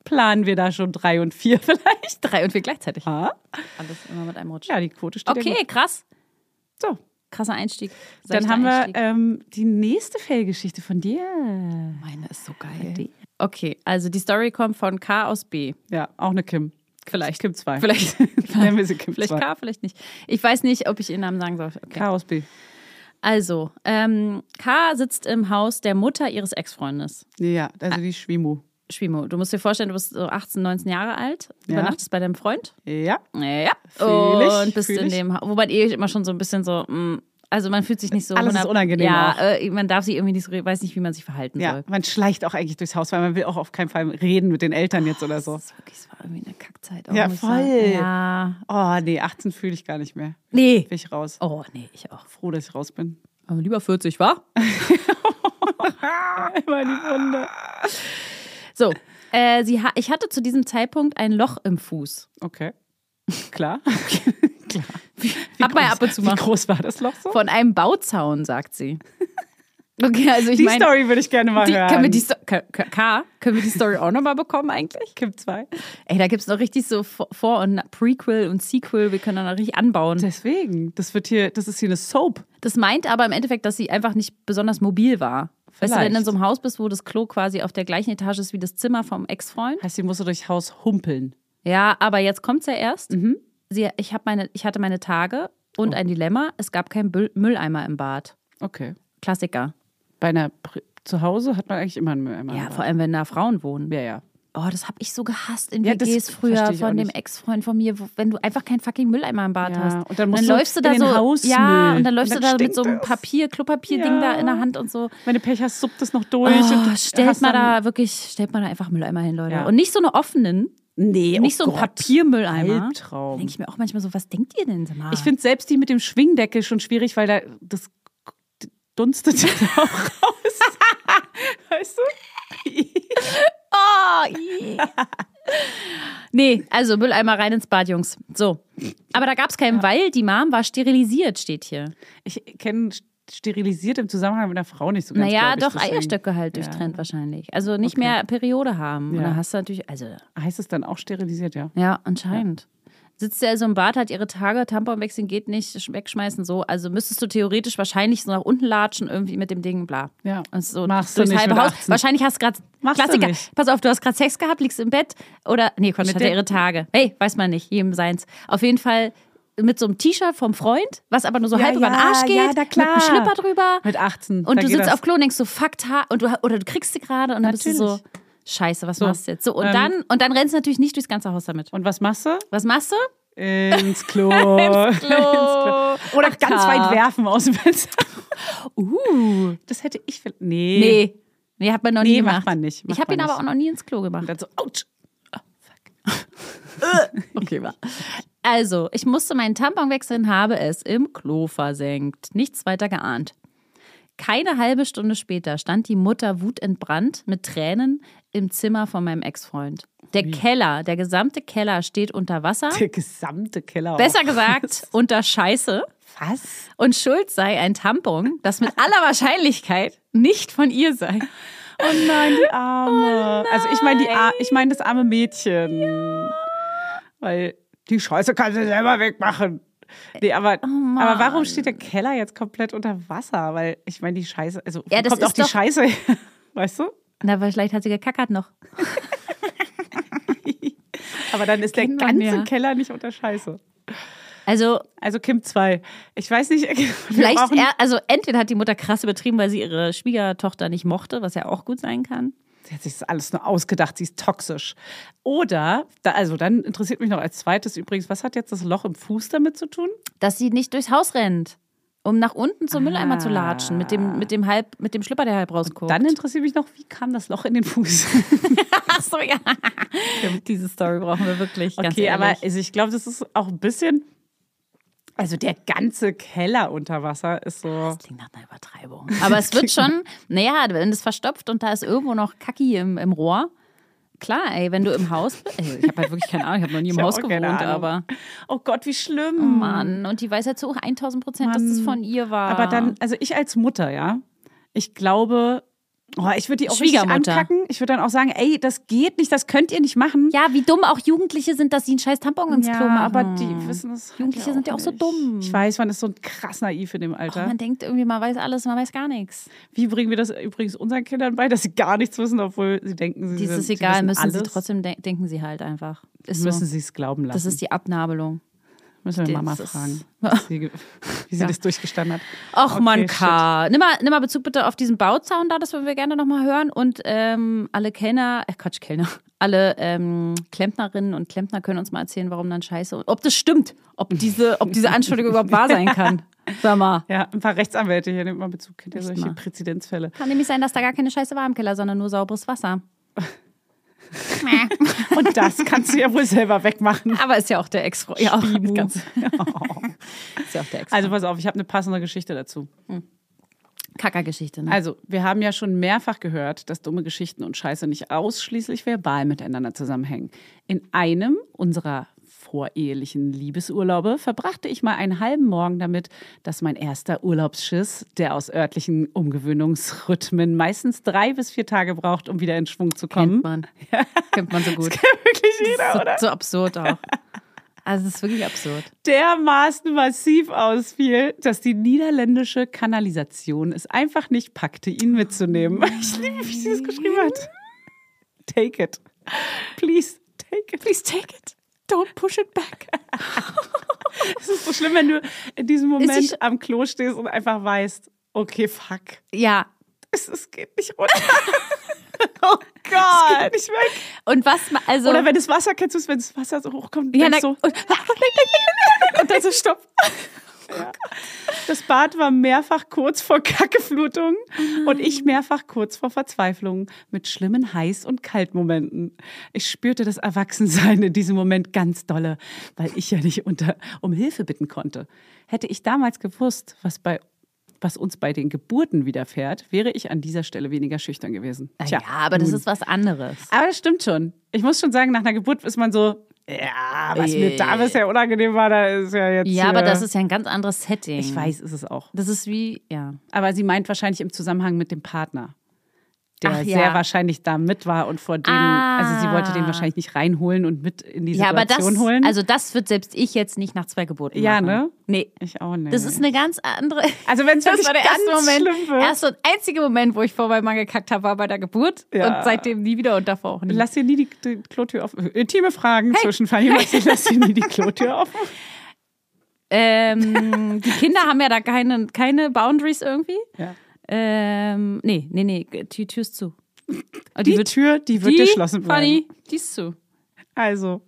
Speaker 2: Planen wir da schon drei und vier vielleicht?
Speaker 1: Drei und vier gleichzeitig.
Speaker 2: Ja,
Speaker 1: Alles immer mit einem Rutsch.
Speaker 2: ja die Quote steht ja
Speaker 1: Okay,
Speaker 2: gut.
Speaker 1: krass.
Speaker 2: So,
Speaker 1: Krasser Einstieg.
Speaker 2: dann
Speaker 1: Seichter
Speaker 2: haben wir
Speaker 1: Einstieg.
Speaker 2: ähm, die nächste Fail-Geschichte von
Speaker 1: Oh,
Speaker 2: dir. Halt
Speaker 1: Meine ist so geil. Okay, also die Story kommt von K aus B.
Speaker 2: Ja, auch eine Kim.
Speaker 1: Vielleicht.
Speaker 2: Kim 2.
Speaker 1: Vielleicht,
Speaker 2: Nennen wir sie Kim
Speaker 1: vielleicht
Speaker 2: zwei.
Speaker 1: K, vielleicht nicht. Ich weiß nicht, ob ich ihren Namen sagen soll. Okay.
Speaker 2: Chaos B.
Speaker 1: Also, ähm, K sitzt im Haus der Mutter ihres Ex-Freundes.
Speaker 2: Ja, also die Schwimu.
Speaker 1: Schwimo, du musst dir vorstellen, du bist so 18, 19 Jahre alt,
Speaker 2: Ja.
Speaker 1: übernachtest bei deinem Freund.
Speaker 2: Ja.
Speaker 1: Ja.
Speaker 2: Fühl ich,
Speaker 1: und bist
Speaker 2: fühl
Speaker 1: in
Speaker 2: ich.
Speaker 1: dem Haus. Wobei eh immer schon so ein bisschen so, mm, also man fühlt sich nicht so.
Speaker 2: Alles ist
Speaker 1: 100
Speaker 2: unangenehm
Speaker 1: Ja,
Speaker 2: auch.
Speaker 1: äh, man darf sich irgendwie nicht so, weiß nicht, wie man sich verhalten
Speaker 2: Ja,
Speaker 1: soll.
Speaker 2: man schleicht auch eigentlich durchs Haus, weil man will auch auf keinen Fall reden mit den Eltern jetzt oder so.
Speaker 1: Das ist wirklich, es war irgendwie eine Kackzeit. auch,
Speaker 2: Ja,
Speaker 1: muss ich
Speaker 2: voll.
Speaker 1: Sagen. Ja.
Speaker 2: Oh, nee, 18 fühle ich gar nicht mehr.
Speaker 1: Nee.
Speaker 2: Bin ich raus.
Speaker 1: Oh, nee, ich auch.
Speaker 2: Froh, dass ich raus bin.
Speaker 1: Aber lieber 40, wa?
Speaker 2: Immer in die Wunde.
Speaker 1: So, äh, sie ha ich hatte zu diesem Zeitpunkt ein Loch im Fuß.
Speaker 2: Okay. Klar. Klar.
Speaker 1: Hab mal ab und zu
Speaker 2: Wie
Speaker 1: mal.
Speaker 2: groß war das Loch so?
Speaker 1: Von einem Bauzaun, sagt sie. Okay, also ich
Speaker 2: die
Speaker 1: meine.
Speaker 2: Story würde ich gerne mal
Speaker 1: Die,
Speaker 2: hören.
Speaker 1: können wir die Sto K, K, K, können wir die Story auch nochmal bekommen eigentlich?
Speaker 2: Kim 2.
Speaker 1: Ey, da gibt es noch richtig so Vor- Vor- und Prequel und Sequel, wir können da noch richtig anbauen.
Speaker 2: Deswegen. Das wird hier, das ist hier eine Soap.
Speaker 1: Das meint aber im Endeffekt, dass sie einfach nicht besonders mobil war. Weißt du, wenn du in so einem Haus bist, wo das Klo quasi auf der gleichen Etage ist wie das Zimmer vom Ex-Freund.
Speaker 2: Heißt, die musst du durchs Haus humpeln.
Speaker 1: Ja, aber jetzt kommt's ja erst.
Speaker 2: Mhm.
Speaker 1: Sie, ich, hab meine, ich hatte meine Tage
Speaker 2: Oh.
Speaker 1: und ein Dilemma. Es gab keinen Bül- Mülleimer im Bad.
Speaker 2: Okay.
Speaker 1: Klassiker.
Speaker 2: Bei einer Pri zu Hause hat man eigentlich immer einen Mülleimer.
Speaker 1: Ja, vor allem, wenn da Frauen wohnen.
Speaker 2: ja, ja.
Speaker 1: Oh, das habe ich so gehasst in
Speaker 2: Ja, das
Speaker 1: WGs früher
Speaker 2: versteh ich auch
Speaker 1: von dem
Speaker 2: nicht.
Speaker 1: Ex-Freund von mir, wo, wenn du einfach keinen fucking Mülleimer im Bad
Speaker 2: Ja,
Speaker 1: hast.
Speaker 2: und dann musst du
Speaker 1: läufst du
Speaker 2: in
Speaker 1: da
Speaker 2: den
Speaker 1: so
Speaker 2: Hausmüll.
Speaker 1: ja und dann
Speaker 2: Und
Speaker 1: läufst
Speaker 2: dann
Speaker 1: du da mit
Speaker 2: stinkt
Speaker 1: so einem
Speaker 2: es.
Speaker 1: Papier Klopapierding da
Speaker 2: Ja.
Speaker 1: in der Hand und so.
Speaker 2: Wenn du Pech hast, suppt es noch
Speaker 1: Oh,
Speaker 2: durch. und du
Speaker 1: stellt
Speaker 2: hast
Speaker 1: mal
Speaker 2: dann-
Speaker 1: da wirklich, stellt mal da einfach Mülleimer hin, Leute.
Speaker 2: Ja.
Speaker 1: Und nicht so eine offenen,
Speaker 2: Nee, oh
Speaker 1: nicht so ein Papiermülleimer.
Speaker 2: Albtraum.
Speaker 1: Denke ich mir auch manchmal so, was denkt ihr denn? sag mal?
Speaker 2: Ich finde selbst die mit dem Schwingdeckel schon schwierig, weil da das dunstet ja auch raus. weißt du?
Speaker 1: Oh, ii. nee, also Mülleimer rein ins Bad, Jungs. So. Aber da gab's keinen, weil die Mom war sterilisiert, steht hier.
Speaker 2: Ich kenne sterilisiert im Zusammenhang mit einer Frau nicht so ganz.
Speaker 1: naja,
Speaker 2: glaub
Speaker 1: doch
Speaker 2: ich, deswegen.
Speaker 1: Eierstöcke halt
Speaker 2: Ja.
Speaker 1: durchtrennt wahrscheinlich. Also nicht
Speaker 2: Okay.
Speaker 1: mehr Periode haben. Und
Speaker 2: Ja.
Speaker 1: dann hast du natürlich, also,
Speaker 2: Heißt es dann auch sterilisiert, ja.
Speaker 1: ja, anscheinend. Sitzt sie also im Bad, hat ihre Tage, Tampon wechseln geht nicht, sch- wegschmeißen so. Also müsstest du theoretisch wahrscheinlich so nach unten latschen irgendwie mit dem Ding, bla.
Speaker 2: Ja.
Speaker 1: Und so
Speaker 2: Machst du
Speaker 1: durchs
Speaker 2: nicht
Speaker 1: halbe
Speaker 2: mit
Speaker 1: Haus.
Speaker 2: 18.
Speaker 1: Wahrscheinlich hast du gerade
Speaker 2: Machst du
Speaker 1: Klassiker.
Speaker 2: nicht.
Speaker 1: Pass auf, du hast gerade Sex gehabt, liegst im Bett oder nee, Quatsch,
Speaker 2: Mit
Speaker 1: hatte
Speaker 2: dem-
Speaker 1: ihre Tage. Hey, weiß man nicht, jedem seins. Auf jeden Fall mit so einem T-Shirt vom Freund, was aber nur so
Speaker 2: Ja,
Speaker 1: halb über den
Speaker 2: ja,
Speaker 1: Arsch geht,
Speaker 2: ja, na klar.
Speaker 1: mit einem Schlipper drüber.
Speaker 2: Mit 18.
Speaker 1: und
Speaker 2: da
Speaker 1: du
Speaker 2: geht
Speaker 1: sitzt
Speaker 2: das.
Speaker 1: auf Klo und denkst so, fuck, ha und du, oder du kriegst sie gerade und dann bist du so,
Speaker 2: Natürlich.
Speaker 1: scheiße, was
Speaker 2: So,
Speaker 1: machst du jetzt? So, und
Speaker 2: ähm,
Speaker 1: dann, und dann rennst du natürlich nicht durchs ganze Haus damit.
Speaker 2: Und was machst du?
Speaker 1: Was machst du?
Speaker 2: Ins Klo. Ins
Speaker 1: Klo.
Speaker 2: Oder
Speaker 1: Ach,
Speaker 2: ganz
Speaker 1: K.
Speaker 2: weit werfen aus dem Fenster.
Speaker 1: Uh.
Speaker 2: Das hätte ich vielleicht. Nee.
Speaker 1: Nee. Nee, hat man noch nie
Speaker 2: Nee,
Speaker 1: gemacht.
Speaker 2: macht man nicht, macht
Speaker 1: ich habe
Speaker 2: man
Speaker 1: ihn aber
Speaker 2: nicht.
Speaker 1: auch noch nie ins Klo gemacht.
Speaker 2: Und dann so, ouch.
Speaker 1: Okay, war. Also, ich musste meinen Tampon wechseln, habe es im Klo versenkt. Nichts weiter geahnt. Keine halbe Stunde später stand die Mutter wutentbrannt mit Tränen im Zimmer von meinem Ex-Freund. Der Keller, der gesamte Keller steht unter Wasser.
Speaker 2: Der gesamte Keller.
Speaker 1: Besser gesagt, unter Scheiße.
Speaker 2: Was?
Speaker 1: Und schuld sei ein Tampon, das mit aller Wahrscheinlichkeit nicht von ihr sei.
Speaker 2: Oh nein, die Arme.
Speaker 1: Oh
Speaker 2: Also ich meine die Ar ich meine das arme Mädchen. Weil die Scheiße kann sie selber wegmachen. Nee, aber,
Speaker 1: Oh
Speaker 2: aber warum steht der Keller jetzt komplett unter Wasser? Weil ich meine, die Scheiße, also
Speaker 1: Ja,
Speaker 2: wo
Speaker 1: das
Speaker 2: kommt auch
Speaker 1: ist
Speaker 2: die
Speaker 1: doch-
Speaker 2: Scheiße her? Weißt du?
Speaker 1: Na, aber vielleicht hat sie gekackert noch.
Speaker 2: Aber dann ist der
Speaker 1: Kennt man
Speaker 2: ganze
Speaker 1: ja.
Speaker 2: Keller nicht unter Scheiße.
Speaker 1: Also,
Speaker 2: Also Kim 2. Ich weiß nicht, wir
Speaker 1: Vielleicht,
Speaker 2: brauchen-
Speaker 1: er, also entweder hat die Mutter krass übertrieben, weil sie ihre Schwiegertochter nicht mochte, was ja auch gut sein kann.
Speaker 2: Sie hat sich das alles nur ausgedacht, sie ist toxisch. Oder, da, also dann interessiert mich noch als zweites übrigens, was hat jetzt das Loch im Fuß damit zu tun?
Speaker 1: Dass sie nicht durchs Haus rennt, um nach unten zum Mülleimer zu latschen, mit dem, mit dem halb, mit dem Schlipper, der halb rausguckt.
Speaker 2: Dann interessiert mich noch, wie kam das Loch in den Fuß?
Speaker 1: Ach so, ja. Diese Story brauchen wir wirklich. ganz
Speaker 2: Okay, aber
Speaker 1: ehrlich.
Speaker 2: also ich glaube, das ist auch ein bisschen. Also der ganze Keller unter Wasser ist so.
Speaker 1: Das klingt nach einer Übertreibung. Aber es wird schon, naja, wenn es verstopft und da ist irgendwo noch Kacki im, im Rohr. Klar, ey, wenn du im Haus bist. Ich habe halt wirklich keine Ahnung, ich habe noch nie im
Speaker 2: Ich hab
Speaker 1: Haus
Speaker 2: auch
Speaker 1: gewohnt,
Speaker 2: keine Ahnung.
Speaker 1: aber.
Speaker 2: Oh Gott, wie schlimm.
Speaker 1: Mann, und die weiß ja zu 1000 Prozent, dass es
Speaker 2: Mann.
Speaker 1: von ihr war.
Speaker 2: Aber dann, also ich als Mutter, ja, ich glaube, Oh, ich würde die auch richtig
Speaker 1: Schwiegermutter.
Speaker 2: ankacken. Ich würde dann auch sagen, ey, das geht nicht, das könnt ihr nicht machen.
Speaker 1: Ja, wie dumm auch Jugendliche sind, dass sie einen scheiß Tampon ins
Speaker 2: Ja,
Speaker 1: Klo machen.
Speaker 2: aber die wissen es. halt
Speaker 1: Jugendliche sind ja auch so
Speaker 2: nicht.
Speaker 1: dumm. Oh
Speaker 2: Ich weiß, man ist so krass naiv in dem Alter.
Speaker 1: Man denkt irgendwie, man weiß alles, man weiß gar nichts.
Speaker 2: Wie bringen wir das übrigens unseren Kindern bei, dass sie gar nichts wissen, obwohl sie denken, sie
Speaker 1: Dies
Speaker 2: sind,
Speaker 1: ist egal,
Speaker 2: sie wissen
Speaker 1: müssen
Speaker 2: alles.
Speaker 1: sie trotzdem de denken sie halt einfach. Ist so.
Speaker 2: müssen sie es glauben lassen.
Speaker 1: Das ist die Abnabelung.
Speaker 2: müssen
Speaker 1: das
Speaker 2: wir Mama
Speaker 1: ist-
Speaker 2: fragen, was sie ge- wie sie das durchgestanden hat.
Speaker 1: Ach
Speaker 2: Okay,
Speaker 1: man, K. Nimm mal, nimm mal Bezug bitte auf diesen Bauzaun da, das würden wir gerne nochmal hören. Und ähm, alle Kellner, äh Quatsch, Kellner, alle ähm, Klempnerinnen und Klempner können uns mal erzählen, warum dann Scheiße und ob das stimmt, ob diese, ob diese Anschuldigung überhaupt wahr sein kann. Sag mal.
Speaker 2: Ja, ein paar Rechtsanwälte hier nimmt mal Bezug, kennt ihr solche
Speaker 1: mal.
Speaker 2: Präzedenzfälle.
Speaker 1: Kann nämlich sein, dass da gar keine Scheiße war im Keller, sondern nur sauberes Wasser.
Speaker 2: Und das kannst du ja wohl selber wegmachen.
Speaker 1: Aber ist ja auch der Ex-Freund. Ja, auch,
Speaker 2: Spibu.
Speaker 1: ganz, ist ja auch der Ex-Freund.
Speaker 2: Also pass auf, ich habe eine passende Geschichte dazu.
Speaker 1: Kackergeschichte, ne?
Speaker 2: Also, wir haben ja schon mehrfach gehört, dass dumme Geschichten und Scheiße nicht ausschließlich verbal miteinander zusammenhängen. In einem unserer vorehelichen Liebesurlaube verbrachte ich mal einen halben Morgen damit, dass mein erster Urlaubsschiss, der aus örtlichen Umgewöhnungsrhythmen meistens drei bis vier Tage braucht, um wieder in Schwung zu
Speaker 1: Kennt
Speaker 2: kommen.
Speaker 1: man. Kennt man so gut.
Speaker 2: Wirklich jeder,
Speaker 1: so,
Speaker 2: oder?
Speaker 1: so absurd auch. Also es ist wirklich absurd.
Speaker 2: dermaßen massiv ausfiel, dass die niederländische Kanalisation es einfach nicht packte, ihn mitzunehmen. Ich liebe, wie sie das geschrieben hat. Take it. Please, take it. Please take it. Don't push it back. Es ist so schlimm, wenn du in diesem
Speaker 1: Ist
Speaker 2: Moment
Speaker 1: sie
Speaker 2: am Klo stehst und einfach weißt, okay, fuck,
Speaker 1: Ja.
Speaker 2: es, es geht nicht runter. oh Gott. Es geht nicht weg.
Speaker 1: Und was, ma- also.
Speaker 2: Oder wenn das Wasser, kennst du es, wenn das Wasser so hochkommt,
Speaker 1: ja,
Speaker 2: denkst
Speaker 1: na,
Speaker 2: du so,
Speaker 1: und,
Speaker 2: und dann so, stopp. Das Bad war mehrfach kurz vor Kackeflutung
Speaker 1: Mhm.
Speaker 2: und ich mehrfach kurz vor Verzweiflung mit schlimmen Heiß- und Kaltmomenten. Ich spürte das Erwachsensein in diesem Moment ganz dolle, weil ich ja nicht unter, um Hilfe bitten konnte. Hätte ich damals gewusst, was, bei, was uns bei den Geburten widerfährt, wäre ich an dieser Stelle weniger schüchtern gewesen.
Speaker 1: Na
Speaker 2: Tja,
Speaker 1: ja, aber das ist was anderes.
Speaker 2: aber das stimmt schon. Ich muss schon sagen, nach einer Geburt ist man so, ja, was mir da bisher unangenehm war, da ist ja jetzt.
Speaker 1: Äh. Ja, aber
Speaker 2: äh,
Speaker 1: das ist ja ein ganz anderes Setting.
Speaker 2: Ich weiß, ist es auch.
Speaker 1: Das ist wie, ja.
Speaker 2: Aber sie meint wahrscheinlich im Zusammenhang mit dem Partner, der
Speaker 1: Ach ja.
Speaker 2: sehr wahrscheinlich da mit war und vor dem,
Speaker 1: Ah.
Speaker 2: also sie wollte den wahrscheinlich nicht reinholen und mit in die
Speaker 1: Ja,
Speaker 2: Situation
Speaker 1: aber das,
Speaker 2: holen.
Speaker 1: also das wird selbst ich jetzt nicht nach zwei Geburten
Speaker 2: Ja,
Speaker 1: machen.
Speaker 2: ne?
Speaker 1: Nee.
Speaker 2: ich auch nicht.
Speaker 1: Das ist eine ganz andere.
Speaker 2: also wenn es
Speaker 1: Das
Speaker 2: wirklich
Speaker 1: war der
Speaker 2: ganz
Speaker 1: erste Moment.
Speaker 2: schlimm wird,
Speaker 1: Erste und einzige Moment, wo ich vorbei mal gekackt habe, war bei der Geburt.
Speaker 2: Ja.
Speaker 1: Und seitdem nie wieder und davor auch nie.
Speaker 2: lass dir nie die, die Klotür offen. Intime Fragen zwischen Fanny und Maxi, lass dir nie die Klotür offen.
Speaker 1: Ähm, die Kinder haben ja da keine, keine Boundaries irgendwie.
Speaker 2: Ja.
Speaker 1: Ähm, nee, nee, nee, die Tür ist zu. Und
Speaker 2: Die, Tür, die wird geschlossen bleiben.
Speaker 1: Fanny, die ist zu.
Speaker 2: Also,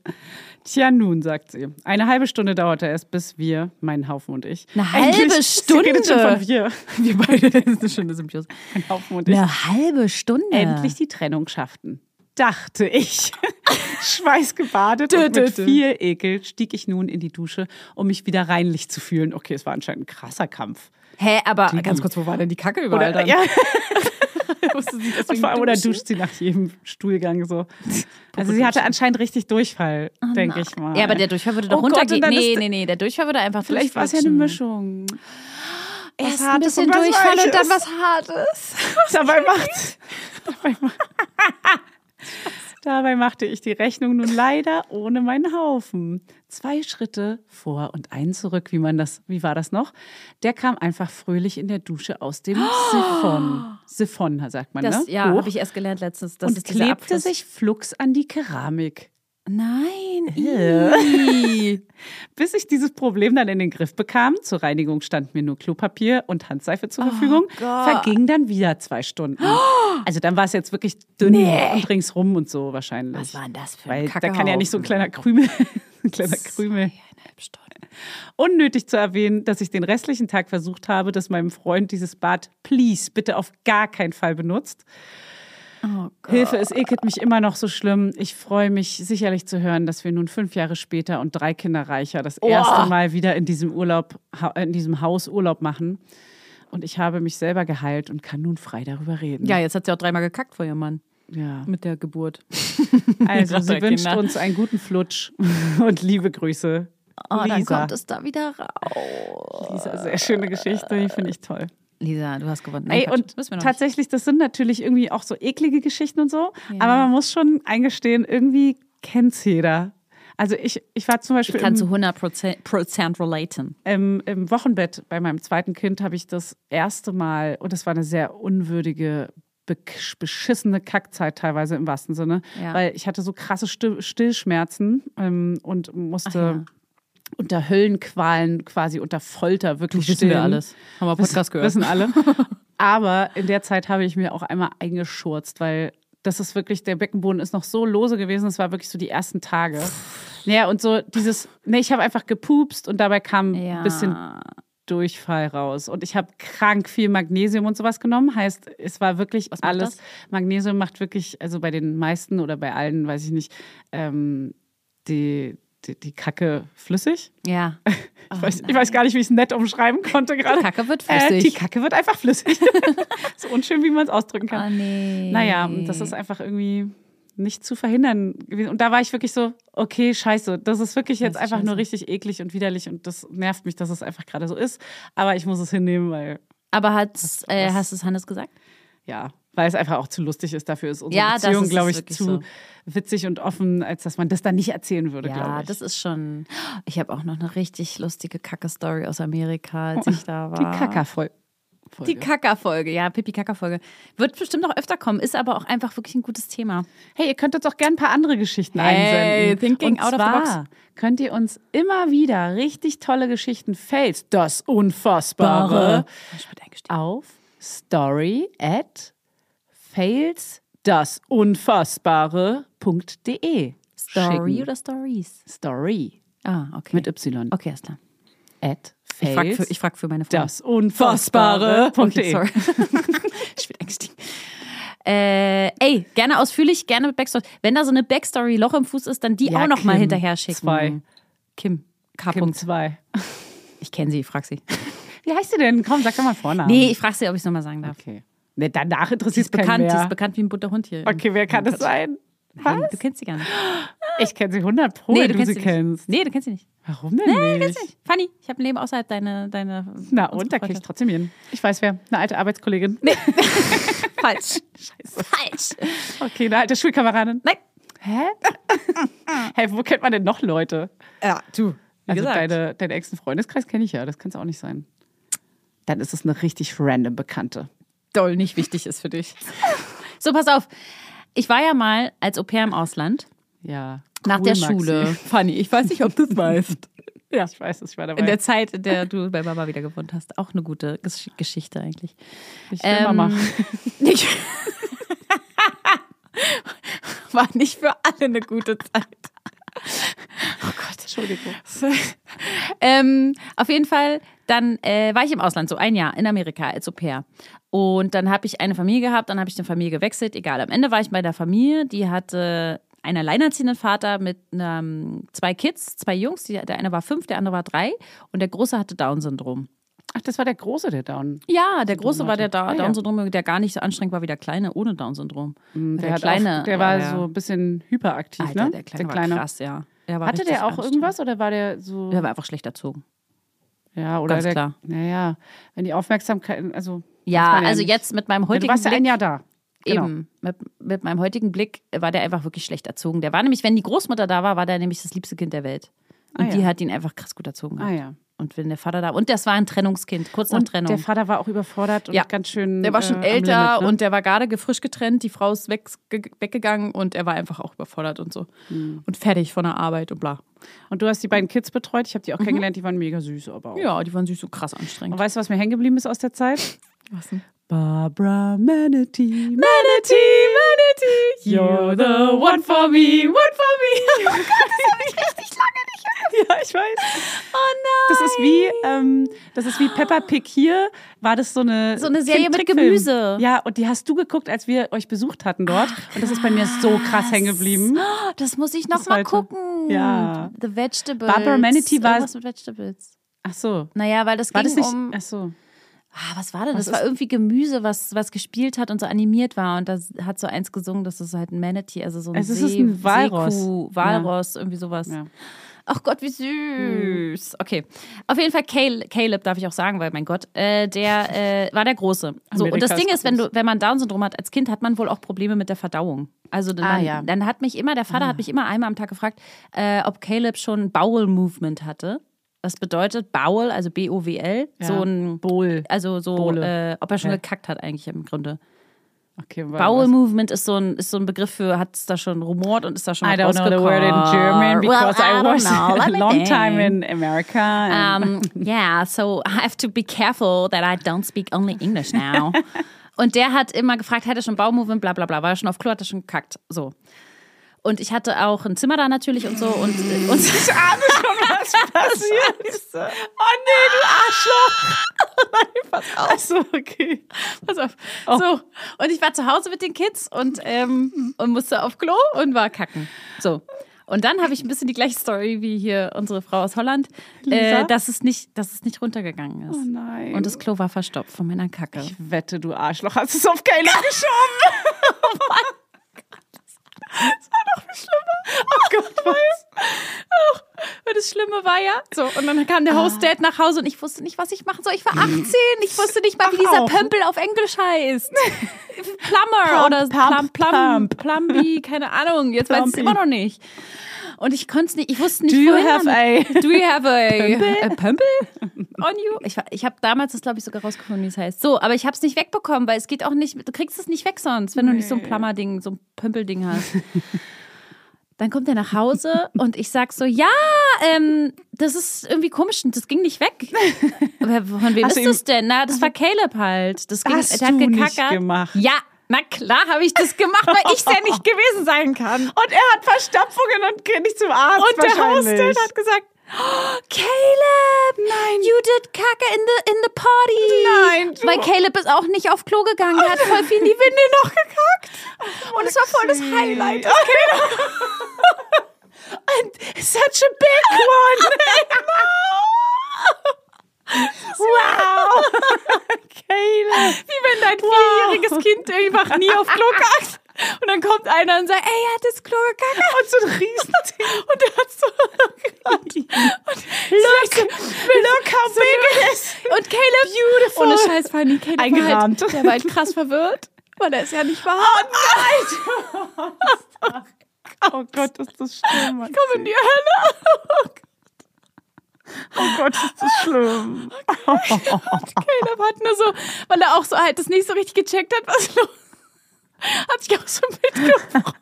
Speaker 2: tja nun, sagt sie. Eine halbe Stunde dauerte es, bis wir, mein Haufen und ich.
Speaker 1: Eine halbe Stunde?
Speaker 2: Sie redet schon von wir,
Speaker 1: Wir beide, das ist eine schöne Symbiose.
Speaker 2: mein Haufen und ich.
Speaker 1: Eine halbe Stunde.
Speaker 2: Endlich die Trennung schafften. Dachte ich. Schweißgebadet
Speaker 1: Dö,
Speaker 2: und
Speaker 1: dö,
Speaker 2: mit
Speaker 1: dö.
Speaker 2: viel Ekel stieg ich nun in die Dusche, um mich wieder reinlich zu fühlen. Okay, es war anscheinend ein krasser Kampf.
Speaker 1: Hä, aber ganz kurz, wo war denn die Kacke überall dann?
Speaker 2: ja,
Speaker 1: Musste sie
Speaker 2: und
Speaker 1: deswegen
Speaker 2: vor allem, oder
Speaker 1: duschen?
Speaker 2: duscht sie nach jedem Stuhlgang so. Also sie hatte anscheinend richtig Durchfall, denke ich mal.
Speaker 1: Oh Ja, aber der Durchfall würde doch
Speaker 2: Oh Gott, und
Speaker 1: runtergehen.
Speaker 2: dann
Speaker 1: nee,
Speaker 2: ist-
Speaker 1: nee, nee, der Durchfall würde einfach
Speaker 2: Vielleicht war es ja eine
Speaker 1: durchflutschen.
Speaker 2: Mischung.
Speaker 1: Erst ein
Speaker 2: Hartes
Speaker 1: bisschen
Speaker 2: und was
Speaker 1: Durchfall und dann
Speaker 2: Weiches.
Speaker 1: was Hartes.
Speaker 2: Dabei macht. Dabei, ma- dabei machte ich die Rechnung nun leider ohne meinen Haufen. Zwei Schritte vor und einen zurück, wie man das, wie war das noch? Der kam einfach fröhlich in der Dusche aus dem Siphon. Siphon, sagt man,
Speaker 1: Das,
Speaker 2: ne?
Speaker 1: ja,
Speaker 2: Hoch.
Speaker 1: habe ich erst gelernt letztens. Das
Speaker 2: und
Speaker 1: ist dieser
Speaker 2: klebte
Speaker 1: Abfluss.
Speaker 2: sich flugs an die Keramik.
Speaker 1: Nein. ii.
Speaker 2: Bis ich dieses Problem dann in den Griff bekam, zur Reinigung stand mir nur Klopapier und Handseife zur Verfügung,
Speaker 1: Oh Gott.
Speaker 2: vergingen dann wieder zwei Stunden. Also dann war es jetzt wirklich dünn
Speaker 1: Nee.
Speaker 2: und ringsrum und so wahrscheinlich.
Speaker 1: Was war denn das für ein
Speaker 2: Weil da
Speaker 1: Kackehaufen?
Speaker 2: kann ja nicht so ein kleiner Krümel, ein kleiner Krümel.
Speaker 1: Eineinhalb Stunden.
Speaker 2: Unnötig zu erwähnen, dass ich den restlichen Tag versucht habe, dass meinem Freund dieses Bad please bitte auf gar keinen Fall benutzt.
Speaker 1: Oh Gott.
Speaker 2: Hilfe, es ekelt mich immer noch so schlimm. Ich freue mich sicherlich zu hören, dass wir nun fünf Jahre später und drei Kinder reicher das erste Mal wieder in diesem Urlaub, ha- in diesem Haus Urlaub machen. Und ich habe mich selber geheilt und kann nun frei darüber reden.
Speaker 1: Ja, jetzt hat sie auch dreimal gekackt vor ihrem Mann
Speaker 2: ja.
Speaker 1: mit der Geburt.
Speaker 2: Also,
Speaker 1: Drei
Speaker 2: sie wünscht
Speaker 1: Kinder.
Speaker 2: uns einen guten Flutsch und liebe Grüße.
Speaker 1: Oh, dann
Speaker 2: Lisa.
Speaker 1: kommt es da wieder raus.
Speaker 2: Lisa, sehr schöne Geschichte, die finde ich toll.
Speaker 1: Lisa, du hast gewonnen. Nein,
Speaker 2: Ey,
Speaker 1: Quatsch,
Speaker 2: und
Speaker 1: müssen wir noch
Speaker 2: tatsächlich, das sind natürlich irgendwie auch so eklige Geschichten und so.
Speaker 1: Ja.
Speaker 2: Aber man muss schon eingestehen, irgendwie kennt's jeder. Also ich, ich war zum
Speaker 1: nicht.
Speaker 2: Beispiel
Speaker 1: Ich kann
Speaker 2: im,
Speaker 1: zu 100% Prozent relaten.
Speaker 2: im, im Wochenbett bei meinem zweiten Kind habe ich das erste Mal, und das war eine sehr unwürdige, be- beschissene Kackzeit teilweise im wahrsten Sinne,
Speaker 1: Ja.
Speaker 2: weil ich hatte so krasse Still Stillschmerzen ähm, und musste
Speaker 1: ja.
Speaker 2: unter Höllenqualen quasi unter Folter wirklich
Speaker 1: Wissen
Speaker 2: stillen.
Speaker 1: wir alles. Haben wir Podcast gehört.
Speaker 2: Wissen alle. Aber in der Zeit habe ich mir auch einmal eingeschurzt, weil das ist wirklich, der Beckenboden ist noch so lose gewesen, es war wirklich so die ersten Tage. Naja, und so dieses, nee, ich habe einfach gepupst und dabei kam
Speaker 1: Ja.
Speaker 2: ein bisschen Durchfall raus. Und ich habe krank viel Magnesium und sowas genommen. Heißt, es war wirklich
Speaker 1: macht
Speaker 2: alles.
Speaker 1: das?
Speaker 2: Magnesium macht wirklich, also bei den meisten oder bei allen, weiß ich nicht, ähm, die, die, die Kacke flüssig.
Speaker 1: Ja.
Speaker 2: Ich, weiß, ich weiß gar nicht, wie ich es nett umschreiben konnte gerade.
Speaker 1: Oh Kacke wird
Speaker 2: Äh,
Speaker 1: flüssig.
Speaker 2: die Kacke wird einfach flüssig. so unschön, wie man es ausdrücken kann.
Speaker 1: Oh nee.
Speaker 2: Naja,
Speaker 1: ähm,
Speaker 2: und das ist einfach irgendwie nicht zu verhindern gewesen. Und da war ich wirklich so, okay, scheiße, das ist wirklich jetzt
Speaker 1: Scheiße,
Speaker 2: einfach nur
Speaker 1: scheiße.
Speaker 2: richtig eklig und widerlich und das nervt mich, dass es einfach gerade so ist. Aber ich muss es hinnehmen, weil,
Speaker 1: Aber hat's, äh,
Speaker 2: was-
Speaker 1: hast du es Hannes gesagt?
Speaker 2: ja, weil es einfach auch zu lustig ist. Dafür ist unsere
Speaker 1: Ja, das ist
Speaker 2: Beziehung,
Speaker 1: es
Speaker 2: glaube ich,
Speaker 1: wirklich
Speaker 2: zu
Speaker 1: so.
Speaker 2: witzig und offen, als dass man das dann nicht erzählen würde, glaube
Speaker 1: Ja,
Speaker 2: ich.
Speaker 1: das ist schon. Ich habe auch noch eine richtig lustige Kacke-Story aus Amerika, als ich da war.
Speaker 2: Oh, Die Kacker voll.
Speaker 1: Die Kacker-Folge, ja, Pipi-Kacker-Folge. Wird bestimmt noch öfter kommen, ist aber auch einfach wirklich ein gutes Thema.
Speaker 2: Hey, ihr könnt uns auch gerne ein paar andere Geschichten
Speaker 1: Hey,
Speaker 2: einsenden.
Speaker 1: thinking
Speaker 2: und
Speaker 1: out of the
Speaker 2: zwar
Speaker 1: box.
Speaker 2: könnt ihr uns immer wieder richtig tolle Geschichten fails, das Unfassbare,
Speaker 1: Ich bin eingestiegen.
Speaker 2: auf story at fails das Unfassbare.de.
Speaker 1: Story oder Stories?
Speaker 2: Story
Speaker 1: Ah, okay.
Speaker 2: mit Y
Speaker 1: okay, alles klar.
Speaker 2: at
Speaker 1: Ich frag,
Speaker 2: fails
Speaker 1: für, ich frag für meine Freunde.
Speaker 2: das E. Unfassbare.de.
Speaker 1: Okay, sorry. ich bin eingestiegen. Äh, ey, gerne ausführlich, gerne mit Backstory. Wenn da so eine Backstory-Loch im Fuß ist, dann die
Speaker 2: Ja,
Speaker 1: auch noch mal
Speaker 2: Kim
Speaker 1: hinterher schicken.
Speaker 2: zwei.
Speaker 1: Kim. K.
Speaker 2: Kim
Speaker 1: Punkt.
Speaker 2: 2.
Speaker 1: Ich kenne sie, ich frag sie.
Speaker 2: Wie heißt sie denn? Komm, sag doch mal Vornamen.
Speaker 1: Nee, ich frag sie, ob ich es nochmal sagen darf.
Speaker 2: Okay. Nee, danach
Speaker 1: Sie
Speaker 2: interessiert
Speaker 1: ist bekannt, sie
Speaker 2: Mehr.
Speaker 1: ist bekannt wie ein bunter Hund hier.
Speaker 2: okay, wer kann das sein? Was?
Speaker 1: Du kennst sie gar nicht.
Speaker 2: Ich kenne sie 100 Pro, wenn du, sie
Speaker 1: sie
Speaker 2: kennst.
Speaker 1: Nicht. Nee, du kennst sie nicht.
Speaker 2: Warum denn nee,
Speaker 1: Kennst du nicht. Fanny, ich habe ein Leben außerhalb deiner. deiner
Speaker 2: Na
Speaker 1: unserer
Speaker 2: und, da krieg ich
Speaker 1: Freundschaft.
Speaker 2: trotzdem hin. Ich weiß wer, eine alte Arbeitskollegin.
Speaker 1: Falsch. Scheiße. Falsch.
Speaker 2: Okay, eine alte Schulkameradin.
Speaker 1: Nein.
Speaker 2: Hä? hey, wo kennt man denn noch Leute?
Speaker 1: Ja, du. Wie
Speaker 2: Also
Speaker 1: gesagt.
Speaker 2: deine, deinen engsten Freundeskreis kenne ich ja, das kann es auch nicht sein. Dann ist es eine richtig random Bekannte.
Speaker 1: doll nicht wichtig ist für dich. So, pass auf. Ich war ja mal als Au pair im Ausland.
Speaker 2: Ja.
Speaker 1: Nach
Speaker 2: cool,
Speaker 1: der
Speaker 2: Maxi.
Speaker 1: Schule. Fanny, ich weiß nicht, ob du es weißt.
Speaker 2: Ja, ich weiß es, ich war dabei.
Speaker 1: In der Zeit, in der du bei Mama wieder gewohnt hast. Auch eine gute Gesch- Geschichte eigentlich.
Speaker 2: ich will
Speaker 1: Ähm,
Speaker 2: Mama.
Speaker 1: Nicht war nicht für alle eine gute Zeit.
Speaker 2: Entschuldigung.
Speaker 1: ähm, auf jeden Fall, dann äh, war ich im Ausland, so ein Jahr in Amerika als Au pair. Und dann habe ich eine Familie gehabt, dann habe ich eine Familie gewechselt, egal. Am Ende war ich bei der Familie, die hatte einen alleinerziehenden Vater mit ähm, zwei Kids, zwei Jungs. Die, der eine war fünf, der andere war drei. Und der Große hatte Down-Syndrom.
Speaker 2: Ach, das war der Große, der Down.
Speaker 1: Ja, der Große war der da
Speaker 2: Ah, ja.
Speaker 1: Down-Syndrom, der gar nicht so anstrengend war wie der Kleine ohne Down-Syndrom.
Speaker 2: Der,
Speaker 1: Hm, Der
Speaker 2: hat
Speaker 1: Kleine,
Speaker 2: auch, der war
Speaker 1: ja, ja.
Speaker 2: so ein bisschen hyperaktiv,
Speaker 1: Alter,
Speaker 2: ne?
Speaker 1: der Kleine, war krass, ja. Der war
Speaker 2: Hatte
Speaker 1: richtig
Speaker 2: der auch
Speaker 1: anstrengend.
Speaker 2: irgendwas oder war der so?
Speaker 1: Der war einfach schlecht erzogen.
Speaker 2: Ja, oder
Speaker 1: Ganz
Speaker 2: der,
Speaker 1: klar.
Speaker 2: Naja, wenn die Aufmerksamkeit, also. das
Speaker 1: Ja,
Speaker 2: war
Speaker 1: also
Speaker 2: nicht-
Speaker 1: jetzt mit meinem
Speaker 2: Ja,
Speaker 1: heutigen
Speaker 2: Du warst ja
Speaker 1: Blick-
Speaker 2: ein Jahr da. Genau.
Speaker 1: Eben, mit, mit meinem heutigen Blick war der einfach wirklich schlecht erzogen. Der war nämlich, wenn die Großmutter da war, war der nämlich das liebste Kind der Welt. Und
Speaker 2: Ah,
Speaker 1: die
Speaker 2: ja.
Speaker 1: hat ihn einfach krass gut erzogen.
Speaker 2: Ah
Speaker 1: gehabt.
Speaker 2: ja.
Speaker 1: Und wenn der Vater da Und das war ein Trennungskind, kurz nach
Speaker 2: Und
Speaker 1: Trennung.
Speaker 2: der Vater war auch überfordert und
Speaker 1: Ja.
Speaker 2: ganz schön.
Speaker 1: Der war schon
Speaker 2: äh, am
Speaker 1: älter
Speaker 2: Limit, ne?
Speaker 1: und der war gerade ge- frisch getrennt, die Frau ist weg, ge- weggegangen und er war einfach auch überfordert und so.
Speaker 2: Hm.
Speaker 1: Und fertig von der Arbeit und bla.
Speaker 2: Und du hast die beiden Kids betreut. Ich habe die auch kennengelernt. Die waren mega süß, aber auch.
Speaker 1: Mhm. Ja, die waren sich so krass
Speaker 2: Und
Speaker 1: anstrengend.
Speaker 2: weißt du, was mir hängen geblieben ist aus der Zeit?
Speaker 1: Was denn?
Speaker 2: Barbara Manatee.
Speaker 1: Manatee, Manatee,
Speaker 2: You're the one for me,
Speaker 1: one for me. Oh Gott, das habe ich richtig lange nicht
Speaker 2: Ja, ich weiß.
Speaker 1: Oh nein.
Speaker 2: Das ist wie, ähm, das ist wie Peppa Pig hier. War das so eine.
Speaker 1: So eine Serie mit
Speaker 2: Trickfilm.
Speaker 1: Gemüse.
Speaker 2: Ja, und die hast du geguckt, als wir euch besucht hatten dort. und das ist bei mir so krass hängen geblieben.
Speaker 1: Oh, Das muss ich noch
Speaker 2: Bis
Speaker 1: mal
Speaker 2: heute.
Speaker 1: gucken.
Speaker 2: Ja.
Speaker 1: The Vegetables.
Speaker 2: Barbara Manatee war-
Speaker 1: Irgendwas mit Vegetables.
Speaker 2: Ach so.
Speaker 1: Naja, weil das
Speaker 2: War das
Speaker 1: ging
Speaker 2: nicht?
Speaker 1: um.
Speaker 2: Ach so.
Speaker 1: Ah, was war denn?
Speaker 2: Was
Speaker 1: das war
Speaker 2: ist-
Speaker 1: irgendwie Gemüse, was, was gespielt hat und so animiert war. Und da hat so eins gesungen, dass es halt ein Manatee, also so ein,
Speaker 2: Es ist
Speaker 1: See,
Speaker 2: ein Walross.
Speaker 1: Seekuh, Walross, irgendwie sowas.
Speaker 2: Ja.
Speaker 1: Ach Gott, wie süß. Okay. Auf jeden Fall Cal- Caleb, darf ich auch sagen, weil mein Gott, äh, der äh, war der Große. So, und
Speaker 2: Amerika
Speaker 1: das Ding
Speaker 2: ist
Speaker 1: ist, wenn, du, wenn man Down-Syndrom hat als Kind, hat man wohl auch Probleme mit der Verdauung. Also dann,
Speaker 2: Ah, ja.
Speaker 1: dann hat mich immer, der Vater hat mich immer einmal am Tag gefragt, äh, ob Caleb schon Bowel-Movement hatte. Das bedeutet Bowel, also B-O-W-L, so ein,
Speaker 2: Bowl.
Speaker 1: also so,
Speaker 2: Bowle.
Speaker 1: äh, ob er schon
Speaker 2: Ja.
Speaker 1: gekackt hat eigentlich im Grunde.
Speaker 2: Okay,
Speaker 1: Bowel
Speaker 2: was-
Speaker 1: Movement ist so ein, ist so ein Begriff für, hat es da schon rumort und ist da schon
Speaker 2: I
Speaker 1: was
Speaker 2: don't know the word in
Speaker 1: rausgekommen?
Speaker 2: German because
Speaker 1: well,
Speaker 2: I
Speaker 1: don't
Speaker 2: was
Speaker 1: know.
Speaker 2: a
Speaker 1: Let me
Speaker 2: long
Speaker 1: think.
Speaker 2: time in America. and-
Speaker 1: Um, yeah, so I have to be careful that I don't speak only English now. Und der hat immer gefragt, hat er schon Baumovement, bla bla bla, war er schon auf Klo, hat er schon gekackt, so. Und ich hatte auch ein Zimmer da natürlich und so und, und
Speaker 2: Ah, passiert. Oh nee, du Arschloch. Nein, pass auf. Achso, okay.
Speaker 1: Pass auf. So. Und ich war zu Hause mit den Kids und, ähm, und musste auf Klo und war kacken. So. Und dann habe ich ein bisschen die gleiche Story wie hier unsere Frau aus Holland, äh, dass, es nicht, dass es nicht runtergegangen ist.
Speaker 2: Oh nein.
Speaker 1: Und das Klo war verstopft von meiner Kacke.
Speaker 2: Ich wette, du Arschloch hast es auf Kayla geschoben.
Speaker 1: Oh
Speaker 2: Oh
Speaker 1: Oh Und das Schlimme war ja, so, und dann kam der Host Dad nach Hause und ich wusste nicht, was ich machen soll. Ich war 18. Ich wusste nicht mal, wie dieser
Speaker 2: auch.
Speaker 1: Pömpel auf Englisch heißt. Plummer
Speaker 2: Plump,
Speaker 1: oder Plum,
Speaker 2: Plump,
Speaker 1: Plum, Plumbi, keine Ahnung. Jetzt weiß ich es
Speaker 2: Plumpy.
Speaker 1: immer noch nicht. Und ich konnte es nicht, ich wusste nicht,
Speaker 2: Do you
Speaker 1: wohin
Speaker 2: have
Speaker 1: man-
Speaker 2: a-
Speaker 1: Do you have a, a Pömpel on you? Ich, war- ich habe damals das, glaube ich, sogar rausgefunden, wie es heißt. So, aber ich habe es nicht wegbekommen, weil es geht auch nicht, du kriegst es nicht weg sonst, wenn du nicht so ein Plummer-Ding, so ein Pömpel-Ding hast. Dann kommt er nach Hause und ich sag so, ja, ähm, das ist irgendwie komisch, das ging nicht weg. Aber von wem
Speaker 2: Hast du
Speaker 1: ist
Speaker 2: ihm-
Speaker 1: das denn? Na, das war Caleb halt. Das ging,
Speaker 2: Hast
Speaker 1: der hat
Speaker 2: du nicht
Speaker 1: gekackert.
Speaker 2: gemacht?
Speaker 1: Ja, na klar habe ich das gemacht, weil ich ja nicht gewesen sein kann.
Speaker 2: Und er hat Verstopfungen und geht nicht zum Arzt.
Speaker 1: Und der
Speaker 2: wahrscheinlich.
Speaker 1: Hostel hat gesagt, oh, Caleb, nein, you did Kacke in the in the party.
Speaker 2: Nein, du-
Speaker 1: weil Caleb ist auch nicht auf Klo gegangen, er hat voll viel in die Winde noch
Speaker 2: Oh,
Speaker 1: gekackt. Und es war voll das
Speaker 2: Maxi.
Speaker 1: Highlight.
Speaker 2: And such a big one. wow. Kayla.
Speaker 1: Wie wenn dein vierjähriges Kind einfach nie auf Klo kackt. Und dann kommt einer und sagt, ey, er hat das Klo gekackt.
Speaker 2: Und so ein Riesending. Oh
Speaker 1: Und der hat so...
Speaker 2: Look, look how big it is.
Speaker 1: Und Caleb, beautiful. ohne Scheiß, Fanny, Caleb
Speaker 2: Eingerahmt. Ah.
Speaker 1: War halt, der war halt krass verwirrt, weil er ist ja nicht wahr.
Speaker 2: Oh Gott, ist das schlimm. Maxi.
Speaker 1: Komm in die Hölle.
Speaker 2: Oh Gott, ist das schlimm.
Speaker 1: Caleb hat nur so, weil er auch so halt das nicht so richtig gecheckt hat, was los hat sich auch so mitgebracht.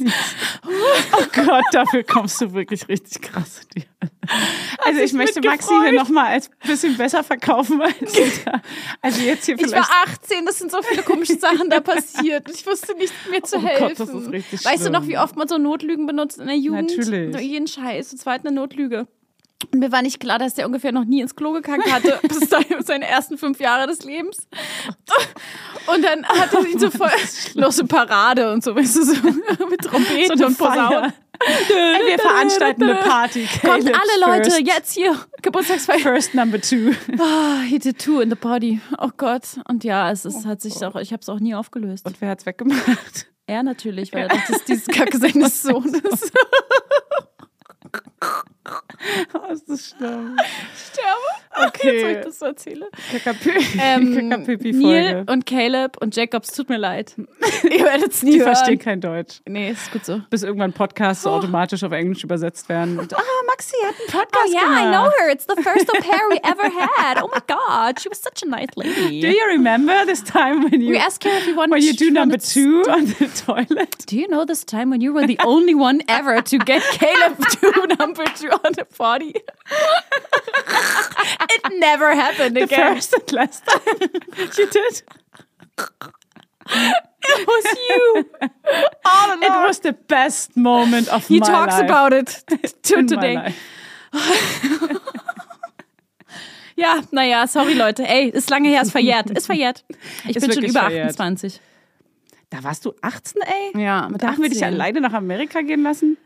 Speaker 2: Oh Gott, dafür kommst du wirklich richtig krass in die Hölle. Also ich
Speaker 1: ich
Speaker 2: möchte
Speaker 1: mitgefreut.
Speaker 2: Maxi hier nochmal als bisschen besser verkaufen als also jetzt hier
Speaker 1: Ich war
Speaker 2: vielleicht.
Speaker 1: 18, das sind so viele komische Sachen da passiert. Ich wusste nicht mir zu
Speaker 2: Oh Gott,
Speaker 1: helfen.
Speaker 2: das ist richtig
Speaker 1: weißt
Speaker 2: schlimm.
Speaker 1: du noch, wie oft man so Notlügen benutzt in der Jugend?
Speaker 2: Natürlich.
Speaker 1: So jeden Scheiß. Und zwar halt eine Notlüge. Und mir war nicht klar, dass der ungefähr noch nie ins Klo gekackt hatte, bis dahin seine ersten fünf Jahre des Lebens. Und dann hatte sie ihn so voll lose Parade und so, weißt du, so mit Trompeten
Speaker 2: eine
Speaker 1: und Posaunen.
Speaker 2: Feier. Ey, wir veranstalten eine Party.
Speaker 1: Kommt
Speaker 2: Caleb's
Speaker 1: alle Leute,
Speaker 2: first,
Speaker 1: jetzt hier, Geburtstagsfeier.
Speaker 2: First number two.
Speaker 1: Ah, he did two in the party. Oh Gott. Und ja, es
Speaker 2: Oh
Speaker 1: ist, hat sich auch, ich habe es auch nie aufgelöst.
Speaker 2: Und wer hat's weggemacht?
Speaker 1: Er natürlich, weil er dachte, das ist dieses Kacke seines Sohnes.
Speaker 2: Oh, ist das schlimm.
Speaker 1: Sterbe.
Speaker 2: Okay.
Speaker 1: Jetzt, wo ich das so erzähle. Ähm, Neil
Speaker 2: Kakapipi-Folge.
Speaker 1: und Caleb und Jacobs, tut mir leid. Ihr werdet es nie
Speaker 2: Die
Speaker 1: hören. Oh,
Speaker 2: verstehen kein Deutsch.
Speaker 1: Nee, ist gut so.
Speaker 2: Bis irgendwann Podcasts automatisch auf Englisch übersetzt werden. Und, Oh. ah, Maxi hat einen Podcast
Speaker 1: Oh yeah, I know
Speaker 2: gemacht.
Speaker 1: her. It's the first au pair we ever had. Oh my God, she was such a nice
Speaker 2: Do
Speaker 1: lady.
Speaker 2: you remember this time when you,
Speaker 1: We asked her if you wanted
Speaker 2: when you do
Speaker 1: she
Speaker 2: number
Speaker 1: wanted to
Speaker 2: two on the toilet?
Speaker 1: Do you know this time when you were the only one ever to get Caleb to number two on the party? it never happened
Speaker 2: The
Speaker 1: again.
Speaker 2: first and last time you did?
Speaker 1: It was you.
Speaker 2: It was the best moment of
Speaker 1: He
Speaker 2: my
Speaker 1: talks
Speaker 2: life.
Speaker 1: about it to
Speaker 2: in my
Speaker 1: today.
Speaker 2: life.
Speaker 1: Ja, naja, sorry Leute. Ey, ist lange her, ist verjährt. Ist verjährt. Ich
Speaker 2: Ist
Speaker 1: bin schon
Speaker 2: wirklich
Speaker 1: über
Speaker 2: verjährt.
Speaker 1: 28.
Speaker 2: Da warst du 18, ey?
Speaker 1: Ja, mit
Speaker 2: Darf wir dich
Speaker 1: 18.
Speaker 2: alleine nach Amerika gehen lassen?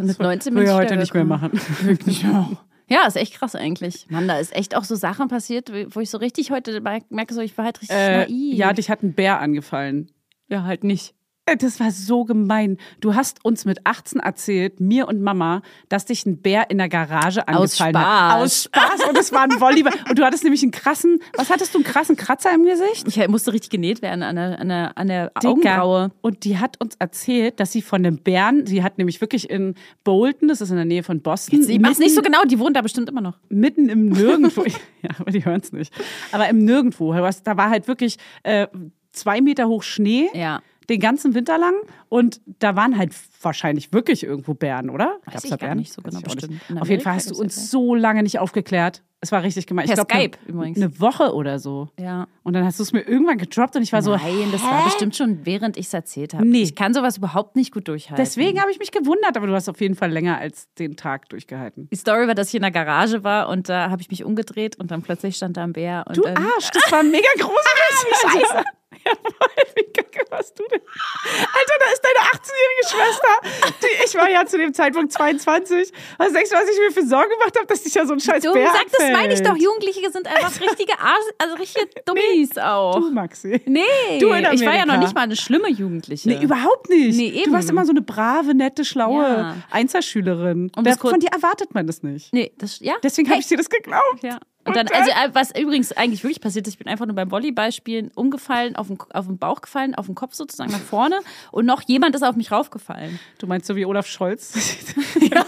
Speaker 1: Mit 19 bin
Speaker 2: Will
Speaker 1: ich wieder
Speaker 2: ja heute nicht mehr
Speaker 1: gekommen.
Speaker 2: machen. Wirklich auch.
Speaker 1: Ja, ist echt krass eigentlich. Mann, da ist echt auch so Sachen passiert, wo ich so richtig heute merke, so, ich war halt richtig
Speaker 2: Äh,
Speaker 1: naiv.
Speaker 2: ja, dich hat ein Bär angefallen.
Speaker 1: ja, halt nicht.
Speaker 2: Äh, Das war so gemein. Du hast uns mit 18 erzählt, mir und Mama, dass dich ein Bär in der Garage angefallen hat.
Speaker 1: Spaß.
Speaker 2: Aus Spaß. Und es war ein Volleyball. Und du hattest nämlich einen krassen, was hattest du, einen krassen Kratzer im Gesicht?
Speaker 1: Ich musste richtig genäht werden an der, an der, an der
Speaker 2: Dicker.
Speaker 1: Augenbraue.
Speaker 2: Und die hat uns erzählt, dass sie von dem Bären, sie hat nämlich wirklich in Bolton, das ist in der Nähe von Boston.
Speaker 1: Sie macht
Speaker 2: mitten-
Speaker 1: nicht so genau, die wohnt da bestimmt immer noch.
Speaker 2: mitten im Nirgendwo. ja, aber die hören es nicht. Aber im Nirgendwo. Du hast- Da war halt wirklich äh, zwei Meter hoch Schnee.
Speaker 1: Ja.
Speaker 2: Den ganzen Winter lang. Und da waren halt wahrscheinlich wirklich irgendwo Bären, oder?
Speaker 1: Weiß
Speaker 2: Gab's
Speaker 1: ich
Speaker 2: da
Speaker 1: gar
Speaker 2: Bären?
Speaker 1: nicht so genau,
Speaker 2: Weiß ich auch
Speaker 1: bestimmt.
Speaker 2: nicht.
Speaker 1: In
Speaker 2: Auf jeden
Speaker 1: Amerika
Speaker 2: Fall hast du
Speaker 1: gibt's ja
Speaker 2: uns so lange nicht aufgeklärt. Es war richtig gemein.
Speaker 1: Per
Speaker 2: ich glaub,
Speaker 1: Skype
Speaker 2: eine,
Speaker 1: übrigens.
Speaker 2: Eine Woche oder so.
Speaker 1: Ja.
Speaker 2: Und dann hast du es mir irgendwann gedroppt und ich war so.
Speaker 1: Nein, das war bestimmt schon, während ich es erzählt habe.
Speaker 2: Nee.
Speaker 1: Ich kann sowas überhaupt nicht gut durchhalten.
Speaker 2: Deswegen habe ich mich gewundert, aber du hast auf jeden Fall länger als den Tag durchgehalten.
Speaker 1: die Story war, dass ich in der Garage war und da habe ich mich umgedreht und dann plötzlich stand da ein Bär. Und ähm,
Speaker 2: Du
Speaker 1: dann, Ah,
Speaker 2: Arsch, das war mega gruselig. Scheiße. Jawohl, wie kacke warst du denn? Alter, da ist deine 18-jährige Schwester. Die, ich war ja zu dem Zeitpunkt 22. Was denkst du, was ich mir für Sorgen gemacht habe, dass dich ja so ein scheiß
Speaker 1: du
Speaker 2: Bär
Speaker 1: sagst, das meine ich
Speaker 2: anfällt?
Speaker 1: doch. Jugendliche sind einfach richtige Arsch, also richtige Dummies auch.
Speaker 2: Du, Maxi.
Speaker 1: Nee,
Speaker 2: Du in
Speaker 1: ich war ja
Speaker 2: Amerika.
Speaker 1: noch nicht mal eine schlimme Jugendliche.
Speaker 2: Nee, überhaupt nicht.
Speaker 1: Nee, eben.
Speaker 2: Du warst immer so eine brave, nette, schlaue
Speaker 1: Ja.
Speaker 2: Einzelschülerin.
Speaker 1: Um
Speaker 2: Da-
Speaker 1: das kurz-
Speaker 2: Von dir erwartet man das nicht.
Speaker 1: Nee, das, ja.
Speaker 2: Deswegen
Speaker 1: hey.
Speaker 2: habe ich dir das geglaubt.
Speaker 1: Ja. Und dann, also äh, was übrigens eigentlich wirklich passiert ist, ich bin einfach nur beim Volleyballspielen umgefallen, auf den, auf den Bauch gefallen, auf den Kopf sozusagen nach vorne und noch jemand ist auf mich raufgefallen.
Speaker 2: Du meinst so wie Olaf Scholz? Ja.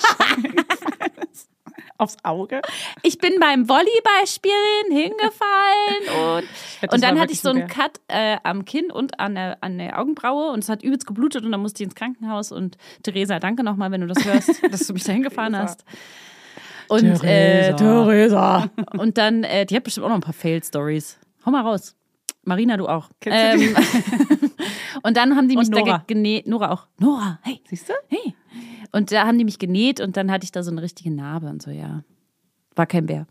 Speaker 2: Aufs Auge.
Speaker 1: Ich bin beim Volleyballspielen hingefallen und, und
Speaker 2: hätte, das
Speaker 1: dann
Speaker 2: war
Speaker 1: hatte ich so einen
Speaker 2: wirklich
Speaker 1: Cut äh, am Kinn und an der, an der Augenbraue und es hat übelst geblutet und dann musste ich ins Krankenhaus und Theresa, danke nochmal, wenn du das hörst, dass du mich da hingefahren
Speaker 2: Theresa.
Speaker 1: hast. Und, äh,
Speaker 2: Theresa.
Speaker 1: und dann, äh, die hat bestimmt auch noch ein paar Fail-Stories. Hau mal raus. Marina, du auch. Ähm,
Speaker 2: Kennst du die?
Speaker 1: Und dann haben die mich
Speaker 2: Und
Speaker 1: da
Speaker 2: Nora.
Speaker 1: ge- genäht. Nora auch. Nora, hey,
Speaker 2: Siehst du?
Speaker 1: hey. Und da haben die mich genäht und dann hatte ich da so eine richtige Narbe und so, ja. War kein Bär.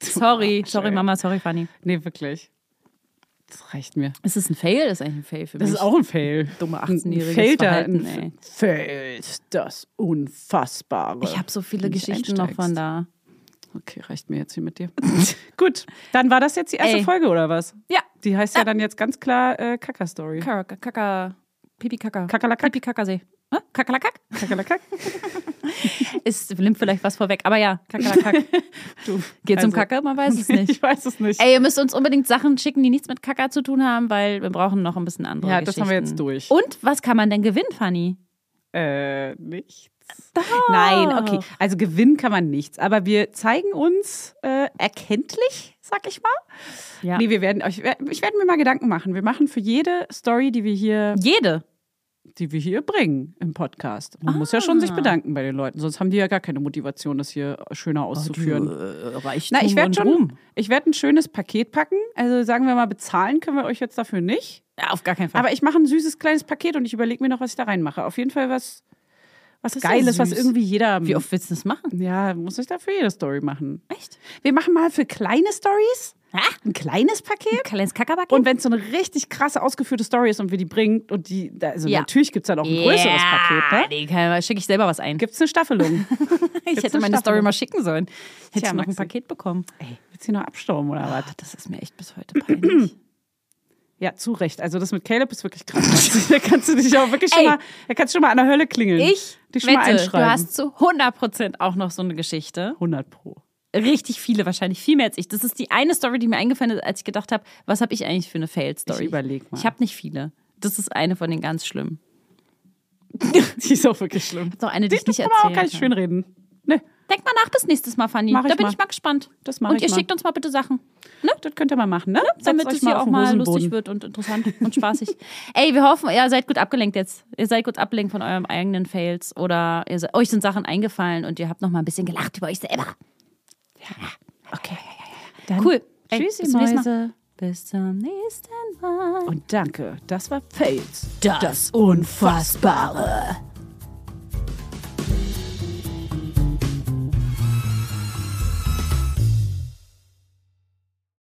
Speaker 1: sorry, sorry
Speaker 2: ey.
Speaker 1: Mama, sorry Fanny.
Speaker 2: Nee, wirklich. Das reicht mir.
Speaker 1: Ist es ein Fail? Das ist eigentlich ein Fail für mich.
Speaker 2: auch ein Fail.
Speaker 1: dumme
Speaker 2: Ein
Speaker 1: 18-jähriges
Speaker 2: Fail da,
Speaker 1: Verhalten,
Speaker 2: ein
Speaker 1: ey.
Speaker 2: Fail ist das Unfassbare.
Speaker 1: ich habe so viele
Speaker 2: Wenn du nicht
Speaker 1: Geschichten noch von
Speaker 2: einsteigst.
Speaker 1: da.
Speaker 2: Okay, reicht mir jetzt hier mit dir. Gut, dann war das jetzt die erste
Speaker 1: Ey.
Speaker 2: Folge, oder was?
Speaker 1: Ja.
Speaker 2: Die heißt ja dann jetzt ganz klar äh, Kaka-Story.
Speaker 1: Kaka, Kaka, Pipi Kaka.
Speaker 2: Kakalakak.
Speaker 1: Pipi Kakasee. Hä? Kakalakak?
Speaker 2: Kakalakak.
Speaker 1: Ist, nimmt vielleicht was vorweg, aber ja, Kakalakak.
Speaker 2: Du.
Speaker 1: Geht's um
Speaker 2: Also,
Speaker 1: Kacke? Man weiß es nicht.
Speaker 2: Ich weiß es nicht.
Speaker 1: Ey, ihr müsst uns unbedingt Sachen schicken, die nichts mit Kaka zu tun haben, weil wir brauchen noch ein bisschen andere
Speaker 2: Ja, das
Speaker 1: Geschichten.
Speaker 2: haben wir jetzt durch.
Speaker 1: Und was kann man denn gewinnen, Fanny?
Speaker 2: Äh, nichts. Nein, okay.
Speaker 1: Oh.
Speaker 2: Also gewinnen kann man nichts, aber wir zeigen uns äh, erkenntlich, sag ich mal.
Speaker 1: Ja.
Speaker 2: Nee, wir werden, ich, werd- ich werde mir mal Gedanken machen. Wir machen für jede Story, die wir hier,
Speaker 1: Jede.
Speaker 2: die wir hier bringen im Podcast. Man muss ja
Speaker 1: Ah.
Speaker 2: schon sich bedanken bei den Leuten, sonst haben die ja gar keine Motivation, das hier schöner
Speaker 1: Oh,
Speaker 2: auszuführen. Na, ich werde schon, ich werde ein schönes Paket packen. Also sagen wir mal, bezahlen können wir euch jetzt dafür nicht.
Speaker 1: Ja, auf gar keinen Fall.
Speaker 2: Aber ich mache ein süßes kleines Paket und ich überlege mir noch, was ich da reinmache. Auf jeden Fall was, was
Speaker 1: ist ja
Speaker 2: Geiles, was
Speaker 1: süß.
Speaker 2: irgendwie jeder.
Speaker 1: wie oft willst du das machen?
Speaker 2: Ja, muss ich da für jede Story machen.
Speaker 1: Echt?
Speaker 2: Wir machen mal für kleine Stories ein kleines Paket.
Speaker 1: Kleines Kackerbacken?
Speaker 2: Und wenn es so eine richtig krasse ausgeführte Story ist und wir die bringt und die, da- also
Speaker 1: Ja.
Speaker 2: natürlich gibt es dann auch ein größeres Paket, ne?
Speaker 1: Nee, kann- schicke ich selber was ein.
Speaker 2: Gibt es eine Staffelung?
Speaker 1: Ich hätte
Speaker 2: eine
Speaker 1: meine Story
Speaker 2: Staffel.
Speaker 1: mal schicken sollen. Hätte
Speaker 2: Tja,
Speaker 1: ich noch ein
Speaker 2: Maxi. Oh,
Speaker 1: Paket bekommen.
Speaker 2: Ey, willst du hier noch abstauben oder was?
Speaker 1: Ach, das ist mir echt bis heute peinlich.
Speaker 2: Ja, zu Recht. Also das mit Caleb ist wirklich krass. da kannst du dich auch wirklich schon
Speaker 1: Ey.
Speaker 2: mal, da kannst du schon mal an der Hölle klingeln.
Speaker 1: Ich
Speaker 2: dich schon mal
Speaker 1: wette,
Speaker 2: einschreiben.
Speaker 1: du hast zu 100% auch noch so eine Geschichte.
Speaker 2: 100 pro.
Speaker 1: richtig viele, wahrscheinlich viel mehr als ich. Das ist die eine Story, die mir eingefallen ist, als ich gedacht habe, was habe ich eigentlich für eine Fail-Story?
Speaker 2: Ich überleg mal.
Speaker 1: Ich habe nicht viele. Das ist eine von den ganz schlimmen.
Speaker 2: Die ist auch wirklich schlimm.
Speaker 1: Noch eine, die ich
Speaker 2: Das
Speaker 1: nicht
Speaker 2: kann man
Speaker 1: erzählen
Speaker 2: auch gar nicht
Speaker 1: kann.
Speaker 2: schön reden. Ne,
Speaker 1: Denk mal nach bis nächstes Mal, Fanny.
Speaker 2: Mach ich
Speaker 1: da bin
Speaker 2: mal.
Speaker 1: ich mal gespannt.
Speaker 2: Das mach
Speaker 1: Und
Speaker 2: ich
Speaker 1: ihr
Speaker 2: mal.
Speaker 1: schickt uns mal bitte Sachen,
Speaker 2: das könnt ihr mal machen, ne? Setzt
Speaker 1: damit
Speaker 2: euch
Speaker 1: es hier
Speaker 2: auf
Speaker 1: auch
Speaker 2: den
Speaker 1: mal
Speaker 2: Hosenboden.
Speaker 1: lustig wird und interessant und spaßig. Ey, wir hoffen, ihr seid gut abgelenkt jetzt. Ihr seid gut abgelenkt von eurem eigenen Fails oder ihr, se- euch sind Sachen eingefallen und ihr habt noch mal ein bisschen gelacht über euch selber.
Speaker 2: Okay.
Speaker 1: Cool. Ey,
Speaker 2: Tschüss,
Speaker 1: bis
Speaker 2: ihr
Speaker 1: zum nächsten
Speaker 2: Mäuse.
Speaker 1: Mal. Bis zum nächsten Mal.
Speaker 2: Und danke. Das war Fails.
Speaker 3: Das Unfassbare.